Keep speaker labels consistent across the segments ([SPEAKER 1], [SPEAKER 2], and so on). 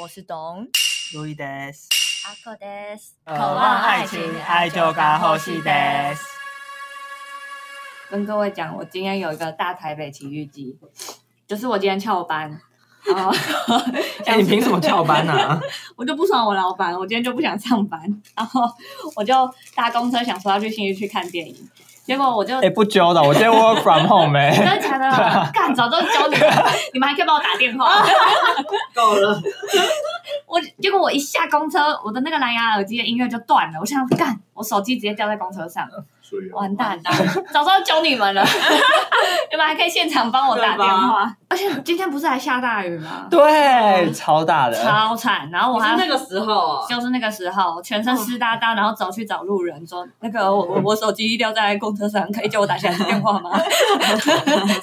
[SPEAKER 1] 我是董
[SPEAKER 2] 路易德斯，
[SPEAKER 1] 阿克德斯，
[SPEAKER 2] 渴
[SPEAKER 1] 望爱情爱就该呼吸です
[SPEAKER 3] 跟各位讲，我今天有一个大台北奇遇记， 就是我今天翘班。 然后
[SPEAKER 2] 哎、你凭什么翘班啊？
[SPEAKER 3] 我就不爽我老板，我今天就不想上班， 然后我就搭公车想说要去新义去看电影，结果我就
[SPEAKER 2] 哎、不揪的，我今天 work from home 哎、
[SPEAKER 3] 真的假的？ 干早就教你们， 你们还可以帮我打电话。
[SPEAKER 2] 够 了，
[SPEAKER 3] 我结果我一下公车，我的那个蓝牙耳机的音乐就断了，我想干，我手机直接掉在公车上，
[SPEAKER 4] 所
[SPEAKER 5] 啊
[SPEAKER 4] 以
[SPEAKER 3] 完蛋了！早知道教你 们了，你们还可以现场帮我打电话。而且今天不是还下大雨吗？
[SPEAKER 2] 对，超大的，
[SPEAKER 3] 超惨。然后我还
[SPEAKER 5] 啊是那个时候嗯啊，
[SPEAKER 3] 就是那个时候，全身湿哒哒，然后走去找路人说：“那个我我我手机掉在公车上，可以叫我打下来的电话 吗？”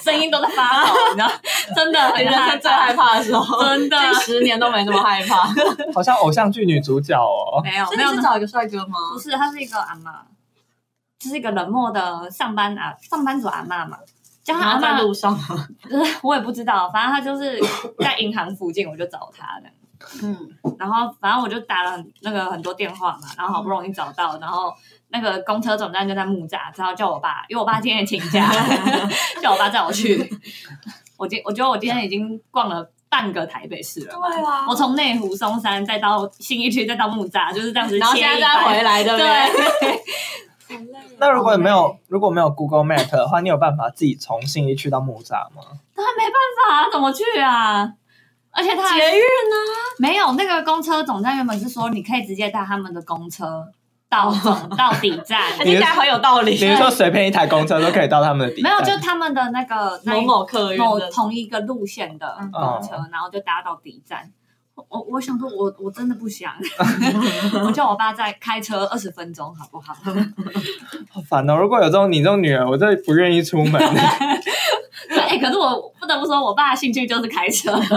[SPEAKER 3] 声音都在发抖，你知道，真的很
[SPEAKER 5] 人
[SPEAKER 3] 害
[SPEAKER 5] 生最害
[SPEAKER 3] 怕，
[SPEAKER 5] 怕的时候，
[SPEAKER 3] 真的
[SPEAKER 5] 近十年都没那么害 怕。
[SPEAKER 2] 好像偶像剧女主角哦。
[SPEAKER 3] 没有
[SPEAKER 5] 所以
[SPEAKER 3] 没
[SPEAKER 5] 你
[SPEAKER 3] 有
[SPEAKER 5] 是找一个帅哥吗？
[SPEAKER 3] 不是，她是一个阿嬷，就是一个冷漠的上班啊上班族阿嬷嘛。叫她
[SPEAKER 5] 然
[SPEAKER 3] 阿
[SPEAKER 5] 后在
[SPEAKER 3] 嬷，
[SPEAKER 5] 路上，
[SPEAKER 3] 我也不知道，反正她就是 在银行附近，我就找她的。
[SPEAKER 5] 嗯，
[SPEAKER 3] 然后反正我就打了很那个很多电话嘛，然后好不容易找到，然后那个公车总站就在木栅，只好叫我爸，因为我爸今天也请假， 叫我爸载我去。我今我觉得我今天已经逛了半个台北市了吧，
[SPEAKER 5] 啊
[SPEAKER 3] 我从内湖、松山再到信义区，再到木栅，就是这样子切一
[SPEAKER 5] 然后
[SPEAKER 3] 番。
[SPEAKER 5] 现在再回来，对不对？
[SPEAKER 3] 对，
[SPEAKER 2] 那如果没有如果没有 Google Map 的话，你有办法自己从信义去到木栅吗？
[SPEAKER 3] 他没办法，怎么去啊？而且他
[SPEAKER 5] 捷啊
[SPEAKER 3] 运呢？没有，那个公车总站原本是说你可以直接搭他们的公车到总 到底站，
[SPEAKER 5] 哎听起来很有道理。
[SPEAKER 2] 比如说随便一台公车都可以到他们的地
[SPEAKER 3] 没
[SPEAKER 2] 站，
[SPEAKER 3] 有，就他们的那个那
[SPEAKER 5] 某
[SPEAKER 3] 一
[SPEAKER 5] 某嗯客运
[SPEAKER 3] 某
[SPEAKER 5] 的，
[SPEAKER 3] 同一个路线的公车，然后就搭到底站。我我我想说我，我真的不 想，我叫我爸再开车二十分钟好不好？
[SPEAKER 2] 好烦哦。如果有这种你这种女儿，我真的不愿意出门。
[SPEAKER 3] 哎、可是我不得不说，我爸的兴趣就是开车，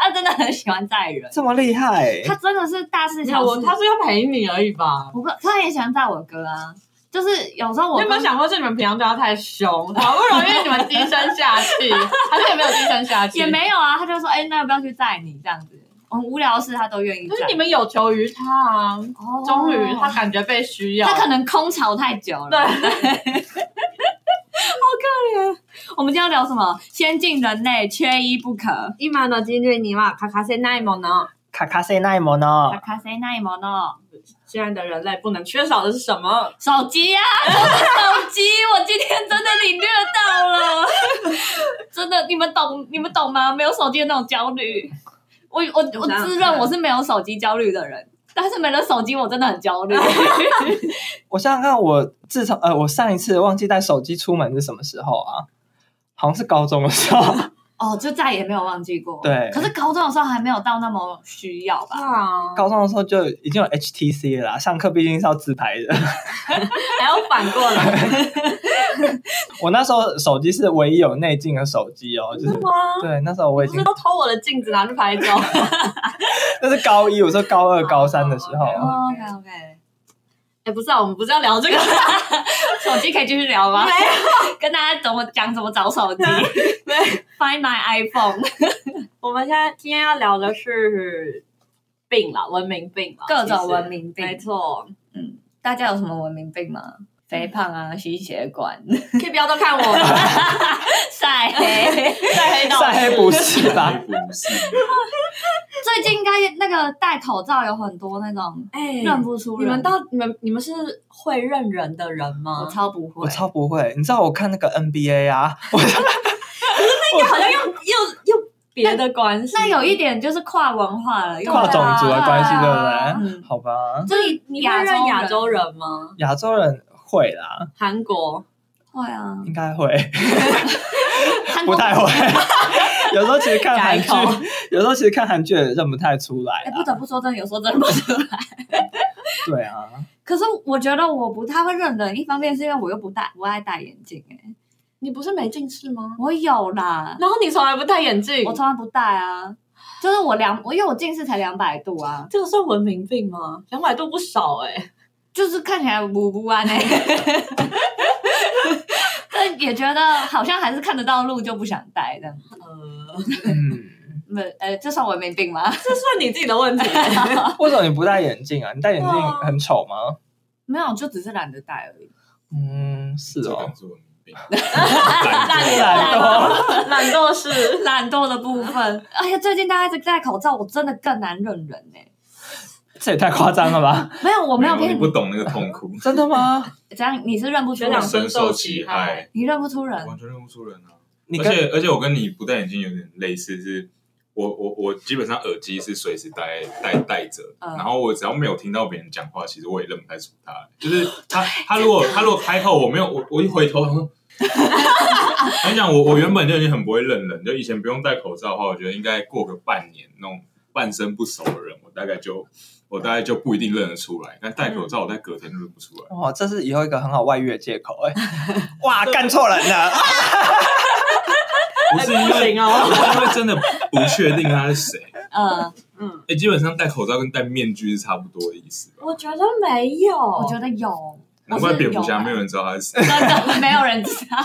[SPEAKER 3] 他真的很喜欢载人，
[SPEAKER 2] 这么厉害、
[SPEAKER 3] 他真的是大事
[SPEAKER 5] 你看
[SPEAKER 3] 小
[SPEAKER 5] 我
[SPEAKER 3] 事。
[SPEAKER 5] 他是要陪你而已吧。
[SPEAKER 3] 我哥他也喜欢载我哥啊，就是有时候
[SPEAKER 5] 你
[SPEAKER 3] 我
[SPEAKER 5] 有没有想过，是你们平常对他太凶，好不容易你们低声下 气，还是也没有低声下气？
[SPEAKER 3] 也，没有啊，他就说哎、那要不要去载你这样子？很无聊的事他都愿意载。
[SPEAKER 5] 可是你们有求于他啊。
[SPEAKER 3] 哦
[SPEAKER 5] 终于，他感觉被需要，
[SPEAKER 3] 他可能空巢太久了。
[SPEAKER 5] 对，
[SPEAKER 3] 我们今天要聊什么？先进人类缺一不可。
[SPEAKER 5] 今の人類には欠かせないもの。
[SPEAKER 2] 卡卡塞奈摩呢？
[SPEAKER 3] 卡塞那一摩诺，
[SPEAKER 5] 现在的人类不能缺少的是什么？
[SPEAKER 3] 手机啊， 我的手机，我今天真的领略到了， 真的，你们懂，你们懂吗？没有手机的那种焦虑，我我我
[SPEAKER 5] 想想
[SPEAKER 3] 自认我是没有手机焦虑的人，但是没了手机，我真的很 焦虑。
[SPEAKER 2] 我想想看，我自从呃，我上一次忘记带手机出门是什么时候啊？好像是高中的时候，
[SPEAKER 3] 哦，就再也没有忘记过。
[SPEAKER 2] 对
[SPEAKER 3] 可是高中的时候还没有到那么需要吧？
[SPEAKER 5] 啊，
[SPEAKER 2] 高中的时候就已经有 HTC 了啦。啊上课毕竟是要自拍的，
[SPEAKER 5] 还要反过来
[SPEAKER 2] 我那时候手机是唯一有内镜的手机哦，就是
[SPEAKER 5] 吗？
[SPEAKER 2] 对，那时候我已
[SPEAKER 5] 不
[SPEAKER 2] 经
[SPEAKER 5] 是都偷我的镜子拿去拍照？
[SPEAKER 2] 那是高一，我说高二、高三的时候，啊
[SPEAKER 3] 哦，OK OK，
[SPEAKER 5] 哎，不是啊，我们不是要聊这个，
[SPEAKER 3] 手机可以继续聊吗？跟大家怎么讲怎么找手机
[SPEAKER 5] 没
[SPEAKER 3] ，Find my iPhone，
[SPEAKER 5] 我们现在今天要聊的是病啦，文明病啦，
[SPEAKER 3] 各
[SPEAKER 5] 其
[SPEAKER 3] 种
[SPEAKER 5] 实
[SPEAKER 3] 文明病。
[SPEAKER 5] 没
[SPEAKER 3] 嗯
[SPEAKER 5] 错，
[SPEAKER 3] 大家有什么文明病吗？肥胖啊，心血 管，
[SPEAKER 5] 可以不要都嗯看我吗，
[SPEAKER 3] 晒黑。
[SPEAKER 5] 晒黑到
[SPEAKER 2] 晒黑不是吧？
[SPEAKER 4] 不是，
[SPEAKER 3] 最近应该那个戴口罩有很多那种
[SPEAKER 5] 哎，
[SPEAKER 3] 认不出
[SPEAKER 5] 你
[SPEAKER 3] 人。
[SPEAKER 5] 们到你们你们是会认人的人
[SPEAKER 3] 我
[SPEAKER 5] 吗？
[SPEAKER 3] 超不会，
[SPEAKER 2] 我超不会，你知道我看那个 NBA 啊，我
[SPEAKER 5] 好像又又又别的关系，
[SPEAKER 3] 那有一点就是跨文化了，又
[SPEAKER 2] 跨种族的关系，对
[SPEAKER 5] 对
[SPEAKER 2] 不
[SPEAKER 5] 啊
[SPEAKER 2] 对？
[SPEAKER 3] 嗯
[SPEAKER 2] 好吧，
[SPEAKER 3] 这里
[SPEAKER 5] 你会
[SPEAKER 3] 亚
[SPEAKER 5] 认亚
[SPEAKER 3] 洲
[SPEAKER 5] 洲人吗？
[SPEAKER 2] 亚洲人会啦，
[SPEAKER 5] 韩国
[SPEAKER 3] 人会啊，
[SPEAKER 2] 应该会。
[SPEAKER 3] 韩
[SPEAKER 2] 不
[SPEAKER 3] 国
[SPEAKER 2] 太会。 有时候其实看韩
[SPEAKER 5] 改口
[SPEAKER 2] 剧，有时候其实看韩剧也认不太出来
[SPEAKER 3] 哎，
[SPEAKER 2] 啊。
[SPEAKER 3] 不得不说， 真的有时候真的不出来。
[SPEAKER 2] 对啊，
[SPEAKER 3] 可是我觉得我不太会认人，一方面是因为我又不戴不爱戴眼镜，哎，
[SPEAKER 5] 你不是没近视吗？
[SPEAKER 3] 我有啦，
[SPEAKER 5] 然后你从来不戴眼镜，
[SPEAKER 3] 我从来不戴啊，就是我两我因为我近视才两百度啊，
[SPEAKER 5] 这个算文明病吗？两百度不少哎、
[SPEAKER 3] 就是看起来五不 安哎、欸。但也觉得好像还是看得到路就不想戴这样，
[SPEAKER 5] 呃，
[SPEAKER 2] 嗯，
[SPEAKER 3] 没呃，这算文明病吗？
[SPEAKER 5] 这算你自己的问题。欸
[SPEAKER 2] 为什么你不戴眼镜啊？你戴眼镜
[SPEAKER 3] 对啊
[SPEAKER 2] 很丑吗？
[SPEAKER 3] 没有，就只是懒得戴而已。
[SPEAKER 2] 嗯，是
[SPEAKER 4] 这
[SPEAKER 2] 哦
[SPEAKER 4] 个，是文明病。
[SPEAKER 2] 懒惰。
[SPEAKER 5] 懒惰是
[SPEAKER 3] 懒惰的部分，而且最近大家一直戴口罩，我真的更难认人呢、
[SPEAKER 2] 这也太夸张了吧？
[SPEAKER 3] 没有，我没有
[SPEAKER 4] 你
[SPEAKER 3] 骗
[SPEAKER 4] 不
[SPEAKER 3] 你，
[SPEAKER 4] 懂那个痛苦，
[SPEAKER 2] 真的吗？
[SPEAKER 3] 怎样？你是认不出
[SPEAKER 5] 学
[SPEAKER 3] 人
[SPEAKER 5] 长，
[SPEAKER 4] 深受其害，
[SPEAKER 3] 你认不出人。
[SPEAKER 4] 完全认不出人啊！
[SPEAKER 2] 你
[SPEAKER 4] 而
[SPEAKER 2] 跟
[SPEAKER 4] 且而且我跟你不戴眼镜有点类似，是我我我基本上耳机是随时戴戴戴着，
[SPEAKER 3] 嗯
[SPEAKER 4] 然后我只要没有听到别人讲话，其实我也认不太出他。就是 他他如果他如果开口，我没有我我一回头，我说。我跟你讲，我我原本就已经很不会认人，就以前不用戴口罩的话，我觉得应该过个半年，那种半生不熟的人，我大概就我大概就不一定认得出来。但戴口罩，我在隔天就认不出来。
[SPEAKER 2] 哇，这是以后一个很好外遇的借口 哎、哇，干错人了！啊
[SPEAKER 4] 不是因
[SPEAKER 5] 不
[SPEAKER 4] 为
[SPEAKER 5] 行哦。
[SPEAKER 4] 因为真的不确定他是谁。
[SPEAKER 3] 嗯，
[SPEAKER 5] 嗯，
[SPEAKER 4] 哎、基本上戴口罩跟戴面具是差不多的意思吧？
[SPEAKER 5] 我觉得没有，
[SPEAKER 3] 我
[SPEAKER 5] 我
[SPEAKER 3] 觉得有，
[SPEAKER 4] 难怪
[SPEAKER 3] 我是
[SPEAKER 4] 蝙蝠侠
[SPEAKER 5] 啊
[SPEAKER 3] 有
[SPEAKER 4] 没有人知道他是谁。
[SPEAKER 3] 真的没有人知道。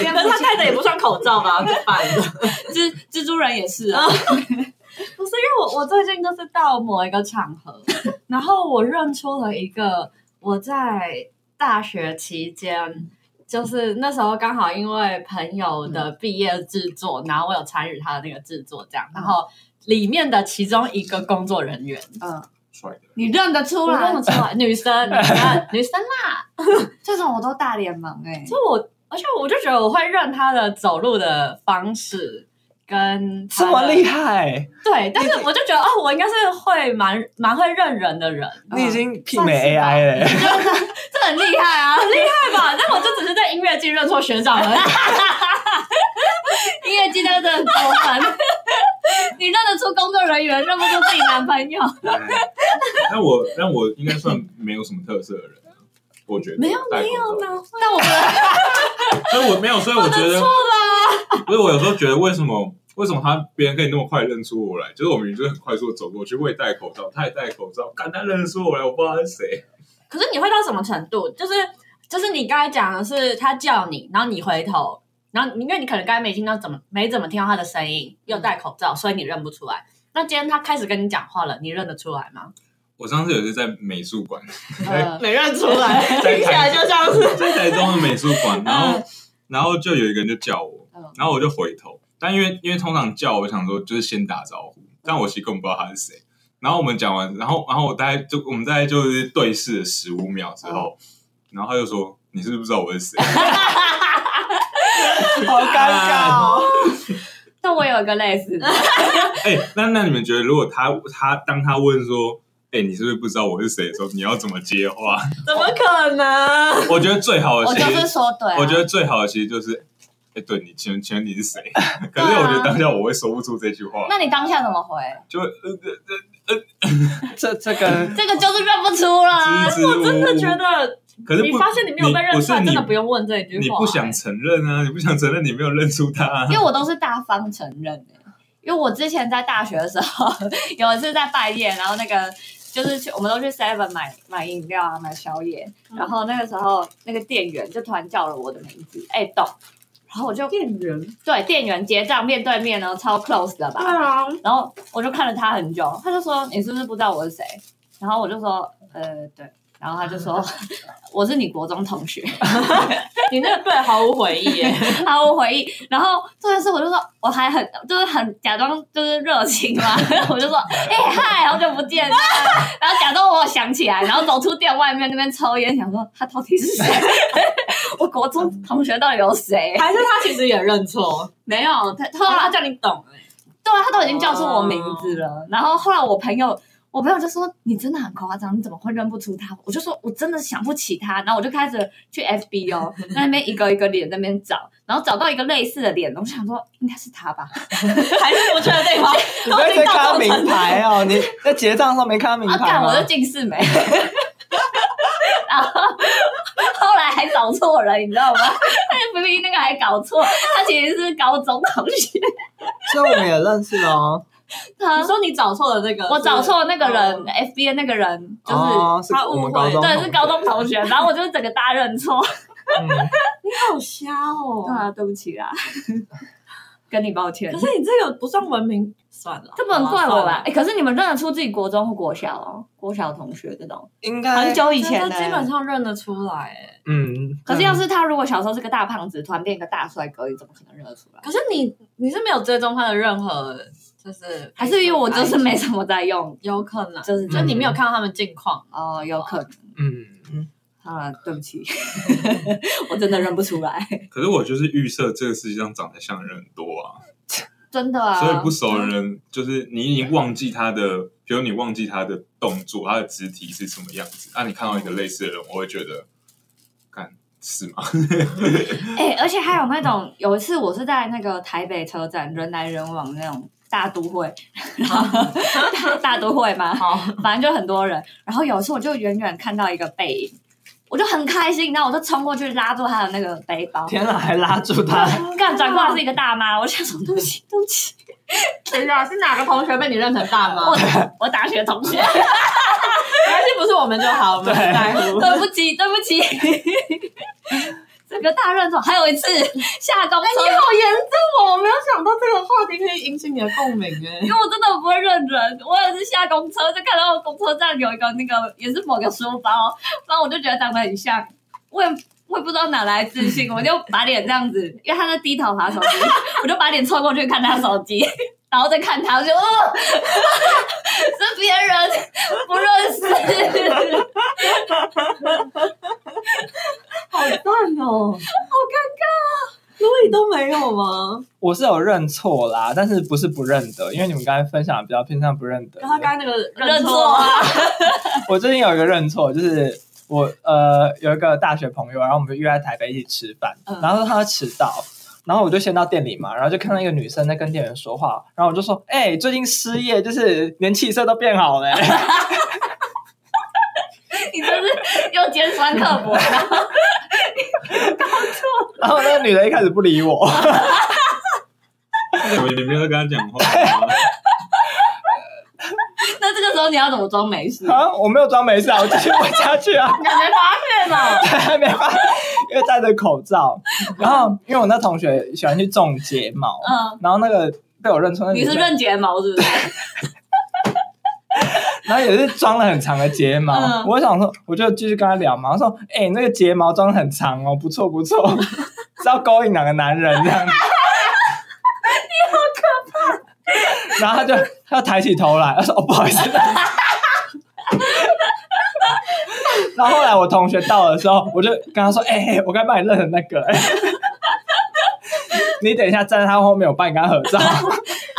[SPEAKER 3] 蝙
[SPEAKER 5] 可
[SPEAKER 3] 蝠
[SPEAKER 5] 是他
[SPEAKER 3] 侠
[SPEAKER 5] 戴的也不算口罩吧？怎么办？
[SPEAKER 3] 蜘蜘蛛人也是啊，
[SPEAKER 5] 不是因为我我最近就是到某一个场合，然后我认出了一个我在大学期间，就是那时候刚好因为朋友的毕业制作，然后我有参与他的那个制作，这样，然后里面的其中一个工作人员，
[SPEAKER 4] 帅的，
[SPEAKER 3] 嗯你认得出
[SPEAKER 5] 我
[SPEAKER 3] 来
[SPEAKER 5] 认？得出来，女生，女 生，女生啦，
[SPEAKER 3] 这种我都大脸盲哎、
[SPEAKER 5] 就我，而且我就觉得我会认她的走路的方式。跟
[SPEAKER 2] 这
[SPEAKER 5] 她的
[SPEAKER 2] 么厉害，
[SPEAKER 5] 对，但是我就觉得哦，我应该是会蛮蛮会认人的人，
[SPEAKER 2] 你已经媲
[SPEAKER 3] 算
[SPEAKER 2] 美
[SPEAKER 3] 是吧
[SPEAKER 2] AI 了、
[SPEAKER 3] 这很厉害啊！
[SPEAKER 5] 对吧？但我就只是在音乐季认错学长而已。
[SPEAKER 3] 音乐季真的很过分， 你认得出工作人员，认不出自己男朋 友。
[SPEAKER 4] 那我那我应该算没有什么特色的人，啊我觉得
[SPEAKER 5] 没有
[SPEAKER 4] 戴
[SPEAKER 5] 没
[SPEAKER 4] 口罩
[SPEAKER 5] 有呢，
[SPEAKER 3] 但我觉得
[SPEAKER 4] 所以我没有，所以我觉得错了。所以我有时候觉得为什么？为什么他别人可以那么快认出我来？就是我明明就是很快速地走过去，我也戴口罩，他也戴口罩，干他认得出我来，我不知道他是谁。
[SPEAKER 5] 可是你会到什么程度？就是就是你刚才讲的是他叫你，然后你回头，然后因为你可能刚才没听到怎么没怎么听到他的声音，又戴口罩，所以你认不出来。那今天他开始跟你讲话了，你认得出来吗？
[SPEAKER 4] 我上次有一次在美术馆，
[SPEAKER 3] 呃
[SPEAKER 5] 没认出来，
[SPEAKER 4] 在台
[SPEAKER 5] 就像是
[SPEAKER 4] 在台中的美术馆，然后然后就有一个人就叫我
[SPEAKER 3] 嗯，
[SPEAKER 4] 然后我就回头，但因为因为通常叫我想说就是先打招呼，但我其实根本不知道他是谁。然后我们讲完，然后然后我大概就我们大概就是对视了十五秒之后，然后他就说：“你是不是不知道我是谁？”
[SPEAKER 2] 好尴尬哦！
[SPEAKER 3] 但我有一个类似的，
[SPEAKER 4] 哎、那那你们觉得，如果他他当他问说，哎、你是不是不知道我是谁的时候，你要怎么接话？
[SPEAKER 5] 怎么可能？
[SPEAKER 4] 我觉得最好的
[SPEAKER 3] 我
[SPEAKER 4] 其
[SPEAKER 3] 就
[SPEAKER 4] 实，
[SPEAKER 3] 是说对、啊，
[SPEAKER 4] 我觉得最好的其实就是，哎、对你，请问请问你是谁？ 可是我觉得
[SPEAKER 5] 啊
[SPEAKER 4] 当下我会说不出这句话，
[SPEAKER 3] 那你当下怎么回？
[SPEAKER 4] 就会呃呃
[SPEAKER 2] 这这个
[SPEAKER 3] 这个就是认不出啊啦
[SPEAKER 4] 呃，支支吾吾。
[SPEAKER 5] 啊真的觉得
[SPEAKER 4] 可是
[SPEAKER 5] 你
[SPEAKER 4] 不，
[SPEAKER 5] 发现你没有被认出来，
[SPEAKER 4] 你不是你
[SPEAKER 5] 真的不用问这一句话、
[SPEAKER 4] 你不想承认啊，你不想承认你没有认出他、 啊。
[SPEAKER 3] 因为我都是大方承认的、因为我之前在大学的时候， 有一次在半夜，然后那个就是去，我们都去 Seven 买买饮料啊，买宵夜，
[SPEAKER 5] 嗯
[SPEAKER 3] 然后那个时候那个店员就突然叫了我的名字，哎、董，然后我就
[SPEAKER 5] 店员
[SPEAKER 3] 对店员结账面对面呢，超 close 的吧，
[SPEAKER 5] 啊，
[SPEAKER 3] 然后我就看了他很久，他就说你是不是不知道我是谁？然后我就说呃对，然后他就说 我是你国中同学，
[SPEAKER 5] 你那个对毫无回忆 耶。
[SPEAKER 3] 然后我回忆，然后这件事我就说我还很就是很假装就是热情嘛， 我就说哎、嗨好久不见啊，然后假装我有想起来，然后走出店外面那边抽烟，想说他到底是谁？ 我国中同学到底有谁？
[SPEAKER 5] 还是他其实也认错，
[SPEAKER 3] 没有他
[SPEAKER 5] 后来
[SPEAKER 3] 他
[SPEAKER 5] 他叫你懂哎、
[SPEAKER 3] 对啊，他都已经叫出我名字了。然后后来我朋友，我朋友就说：“你真的很夸张，你怎么会认不出他？”我就说：“我真的想不起他。”然后我就开始去 FB 哦，在那边一个一个脸那边找，然后找到一个类似的脸，我想说应该是他吧。
[SPEAKER 5] 还是不确 定吗？
[SPEAKER 2] 你不会看到名牌哦？你在结账的时候没看到名
[SPEAKER 3] 啊，
[SPEAKER 2] 牌
[SPEAKER 3] 干，
[SPEAKER 2] 吗
[SPEAKER 3] 我？就近视没。 然后后来还找错人，你知道吗？他明明那个还搞错，他其实是高中同学。
[SPEAKER 2] 所以我们也认识哦。
[SPEAKER 3] 他
[SPEAKER 5] 你说你找错了那个，
[SPEAKER 3] 啊 我找错那个人
[SPEAKER 5] 哦
[SPEAKER 3] ，FB 的那个人就是。
[SPEAKER 2] 哦是
[SPEAKER 5] 他误
[SPEAKER 2] 我们
[SPEAKER 5] 会
[SPEAKER 2] 高中同学，
[SPEAKER 3] 对，是高中同学，然后我就是整个大认错。
[SPEAKER 2] 嗯。
[SPEAKER 5] 你好瞎哦
[SPEAKER 3] 对啊，对不起啦。 跟你抱歉
[SPEAKER 5] 可。是你这个不算文明，算了，
[SPEAKER 3] 这不能怪我吧？
[SPEAKER 5] 吧？
[SPEAKER 3] 哎、可是你们认得出自己国中或国小哦，国小同学这种，
[SPEAKER 2] 应
[SPEAKER 3] 很
[SPEAKER 2] 该
[SPEAKER 3] 久以
[SPEAKER 5] 以
[SPEAKER 3] 前的、
[SPEAKER 5] 基本上认得出来、哎
[SPEAKER 2] 嗯，
[SPEAKER 3] 可是要
[SPEAKER 2] 嗯
[SPEAKER 3] 是他如果小时候是个大胖子，突然变一个大帅哥，你怎么可能认得出来？
[SPEAKER 5] 可是你你是没有追踪他的任何，就是
[SPEAKER 3] 还是因为我就是没什么在用，
[SPEAKER 5] 有可能，
[SPEAKER 3] 就是
[SPEAKER 5] 就
[SPEAKER 3] 真
[SPEAKER 5] 你没有看到他们近况，
[SPEAKER 3] 哦，有可能
[SPEAKER 2] 嗯嗯
[SPEAKER 3] 啊，对不起， 我真的认不出来，
[SPEAKER 4] 可是我就是预设这个世界上长得像的人很多啊，
[SPEAKER 3] 真的啊。
[SPEAKER 4] 所以不熟的人就是你已经忘记他的，比如你忘记他的动作、他的肢体是什么样子。啊那、你看到一个类似的人，我会觉得，干是吗？
[SPEAKER 3] 哎、而且还有那种，有一次我是在那个台北车站人来人往那种大都会， 大大都会嘛，
[SPEAKER 5] 好，
[SPEAKER 3] 反正就很多人。然后有一次我就远远看到一个背影，我就很开心，然后我就冲过去拉住他的那个背包，
[SPEAKER 2] 天哪，还拉住他，
[SPEAKER 3] 干转过来是一个大妈，我想说对不起，对不起，
[SPEAKER 5] 真的哎是哪个同学被你认成大 妈？
[SPEAKER 3] 我我 大学同学，
[SPEAKER 5] 而且不是我们就好，我们不
[SPEAKER 2] 对
[SPEAKER 5] 在乎。
[SPEAKER 3] 对不起， 对不起。这个大认错，还有一次下公车，
[SPEAKER 5] 哎好严重哦！我没有想到这个话题可以引起你的共鸣哎
[SPEAKER 3] 因。为我真的不会认人，我也是下公车就看到公车站有一个那个也是某个书包，然后我就觉得长得很像，我也我也不知道哪来自信，我就把脸这样子，因为他在低头划手机， 我就把脸凑过去看他手机， 然后再看他，我就哦， 是别人不认识，
[SPEAKER 5] 好赞哦，好尴尬。啊如果你都没有吗？
[SPEAKER 2] 我是有认错啦，但是不是不认得，因为你们刚才分享的比较偏向不认得。
[SPEAKER 5] 跟他刚才那个
[SPEAKER 3] 认错
[SPEAKER 5] 错，
[SPEAKER 3] 啊，
[SPEAKER 2] 我最近有一个认错，就是我呃有一个大学朋友，然后我们就约在台北一起吃饭，
[SPEAKER 3] 嗯
[SPEAKER 2] 然后他迟到，然后我就先到店里嘛，然后就看到一个女生在跟店员说话，然后我就说：“哎、最近失业，就是连气色都变好了、欸
[SPEAKER 3] 你真是又尖酸刻薄，
[SPEAKER 2] 然后那个女的一开始不理我，
[SPEAKER 4] 我也没有跟他讲话、 啊。
[SPEAKER 3] 那这个时候你要怎么装没 事？
[SPEAKER 2] 啊，我没有装没事啊，我继续问下去啊。
[SPEAKER 5] 感觉发现了。
[SPEAKER 2] 还没发，因为戴着口罩。然后因为我那同学喜欢去种睫毛，
[SPEAKER 3] 嗯，
[SPEAKER 2] 然后那个被我认出那
[SPEAKER 3] 你
[SPEAKER 2] 女
[SPEAKER 3] 是
[SPEAKER 2] 生，
[SPEAKER 3] 认睫毛是不是？
[SPEAKER 2] 然后也是装了很长的睫毛。
[SPEAKER 3] 嗯
[SPEAKER 2] 我想说，我就继续跟他聊嘛，我说：“哎、你那个睫毛装得很长哦，不错不错， 是要勾引哪个男人这样子。” 你好可怕！然 后他就他抬起头来，他说：“哦， 不好意思。”然后后来我同学到的时候，我就跟他说：“哎、欸，我刚帮你认的那个、 欸，你等一下站在他后面，我帮你跟他合照。
[SPEAKER 3] 啊，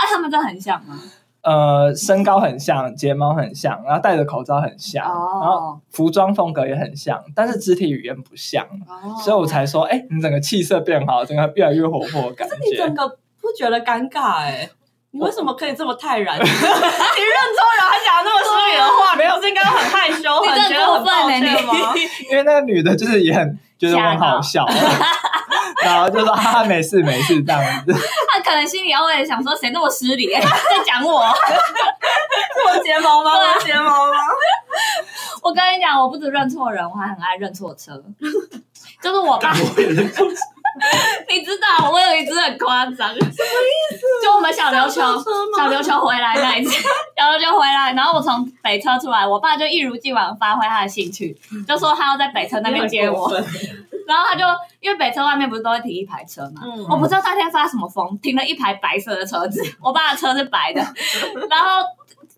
[SPEAKER 3] 他们真的很像 吗？
[SPEAKER 2] 呃，身高很像，睫毛很像，然后戴着口罩很像，
[SPEAKER 3] 哦
[SPEAKER 2] 啊然后服装风格也很像，但是肢体语言不像，
[SPEAKER 3] 哦
[SPEAKER 2] 所以我才说，哎、你整个气色变好，整个越来越活泼，感
[SPEAKER 5] 你
[SPEAKER 2] 觉
[SPEAKER 5] 整。个不觉得尴尬哎、你为什么可以这么泰然？ 啊你认错，然后还讲那么疏远的话，没有是应该很害羞，
[SPEAKER 3] 你
[SPEAKER 5] 很
[SPEAKER 3] 真的
[SPEAKER 5] 觉得
[SPEAKER 3] 过
[SPEAKER 5] 很抱
[SPEAKER 3] 分呢、
[SPEAKER 5] 歉吗？
[SPEAKER 3] 你
[SPEAKER 2] 因为那个女的就是也很觉得我很好笑， 然后就说哈哈没事没事这样子，
[SPEAKER 3] 他可能心里偶尔想说谁那么失礼， 在讲我。
[SPEAKER 5] 我睫毛吗？
[SPEAKER 3] 对啊
[SPEAKER 5] 我睫毛吗？
[SPEAKER 3] 我跟你讲，我不止认错人，我还很爱认错车。就是我爸，你知道，我有一次很夸张，什么意思？就我们小琉球，小琉球回来那一 次，小琉球回来，然后我从北车出来，我爸就一如既往发挥他的兴趣，就说他要在北车那边接我， 然后他就因为北车外面不是都会停一排车嘛，
[SPEAKER 5] 嗯
[SPEAKER 3] 我不知道那天发什么疯，停了一排白色的车子， 我爸的车是白的， 然后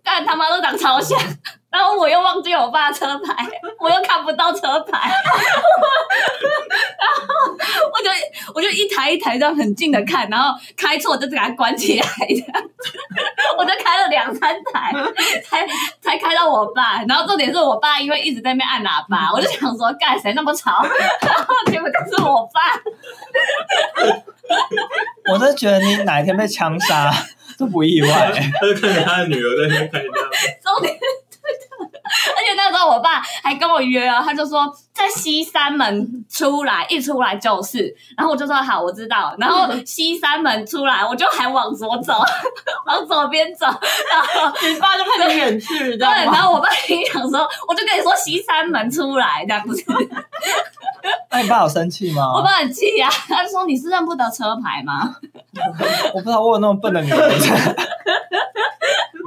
[SPEAKER 3] 干他妈都长超像， 然后我又忘记我爸的车牌， 我又看不到车牌， 然后我就我就一台一台这样很近的看，然后开错就给它关起来的， 我就开了两三台， 才才开到我爸，然后重点是我爸因为一直在那边按喇叭，我就想说干谁那么吵，然后 结果就是我爸。
[SPEAKER 2] 我真的觉得你哪一天被枪杀 都不意外、
[SPEAKER 4] 他就看着他的女儿在那边看人家，
[SPEAKER 3] 重点。对的，而且那时候我爸还跟我约啊，他就说在西三门出来，一出来就是，然后我就说好，我知道。然后西三门出来，我就还往左走， 往左边走，然后
[SPEAKER 5] 你爸就看你远去，知
[SPEAKER 3] 对，
[SPEAKER 5] 道
[SPEAKER 3] 然
[SPEAKER 5] 吗？
[SPEAKER 3] 后我爸心想说，我就跟你说西三门出来，这样子。
[SPEAKER 2] 那你爸有生气吗？
[SPEAKER 3] 我爸很气呀、他就说你是认不得车牌 吗？
[SPEAKER 2] 我不知道我有那么笨的女儿，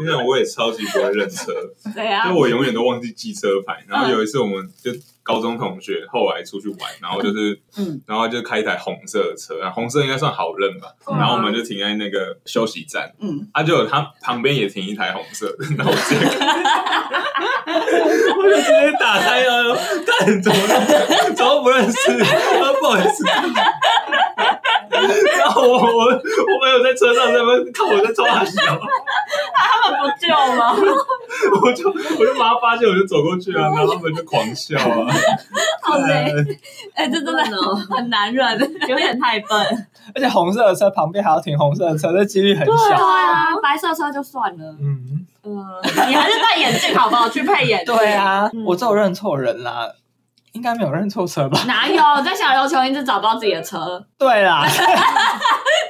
[SPEAKER 4] 因为我也超级不会认车，
[SPEAKER 3] 对啊呀、
[SPEAKER 4] 就我永远都忘记记车牌。然后有一次我们就高中同学后来出去玩，然后就是，
[SPEAKER 3] 嗯
[SPEAKER 4] 然后就开一台红色的车，啊红色应该算好认吧。
[SPEAKER 5] 嗯
[SPEAKER 4] 然后我们就停在那个休息站，
[SPEAKER 3] 嗯，
[SPEAKER 4] 啊，就有他旁边也停一台红色 的，然后我直接，我就直接打开了，干怎么怎么不认识？啊，不好意 思。然后我我我没有在车上在那边看我在抓他笑，
[SPEAKER 5] 他们不救吗？
[SPEAKER 4] 我就我就把他发现，我就走过去啊，然后他们就狂笑 啊。
[SPEAKER 3] 好累，
[SPEAKER 4] 对
[SPEAKER 3] 哎、这真的很难忍，有点太笨。
[SPEAKER 2] 而且红色的车旁边还要停红色的车，这几率很
[SPEAKER 3] 对
[SPEAKER 2] 小。
[SPEAKER 3] 啊，白色车就算了，
[SPEAKER 2] 嗯，
[SPEAKER 5] 嗯，
[SPEAKER 3] 你还是戴眼镜好不好？去配眼镜。
[SPEAKER 2] 对，啊，
[SPEAKER 5] 嗯
[SPEAKER 2] 我只有认错人啦，应该没有认错车吧？
[SPEAKER 3] 哪有在小琉球一直找不到自己的车，
[SPEAKER 2] 对啦，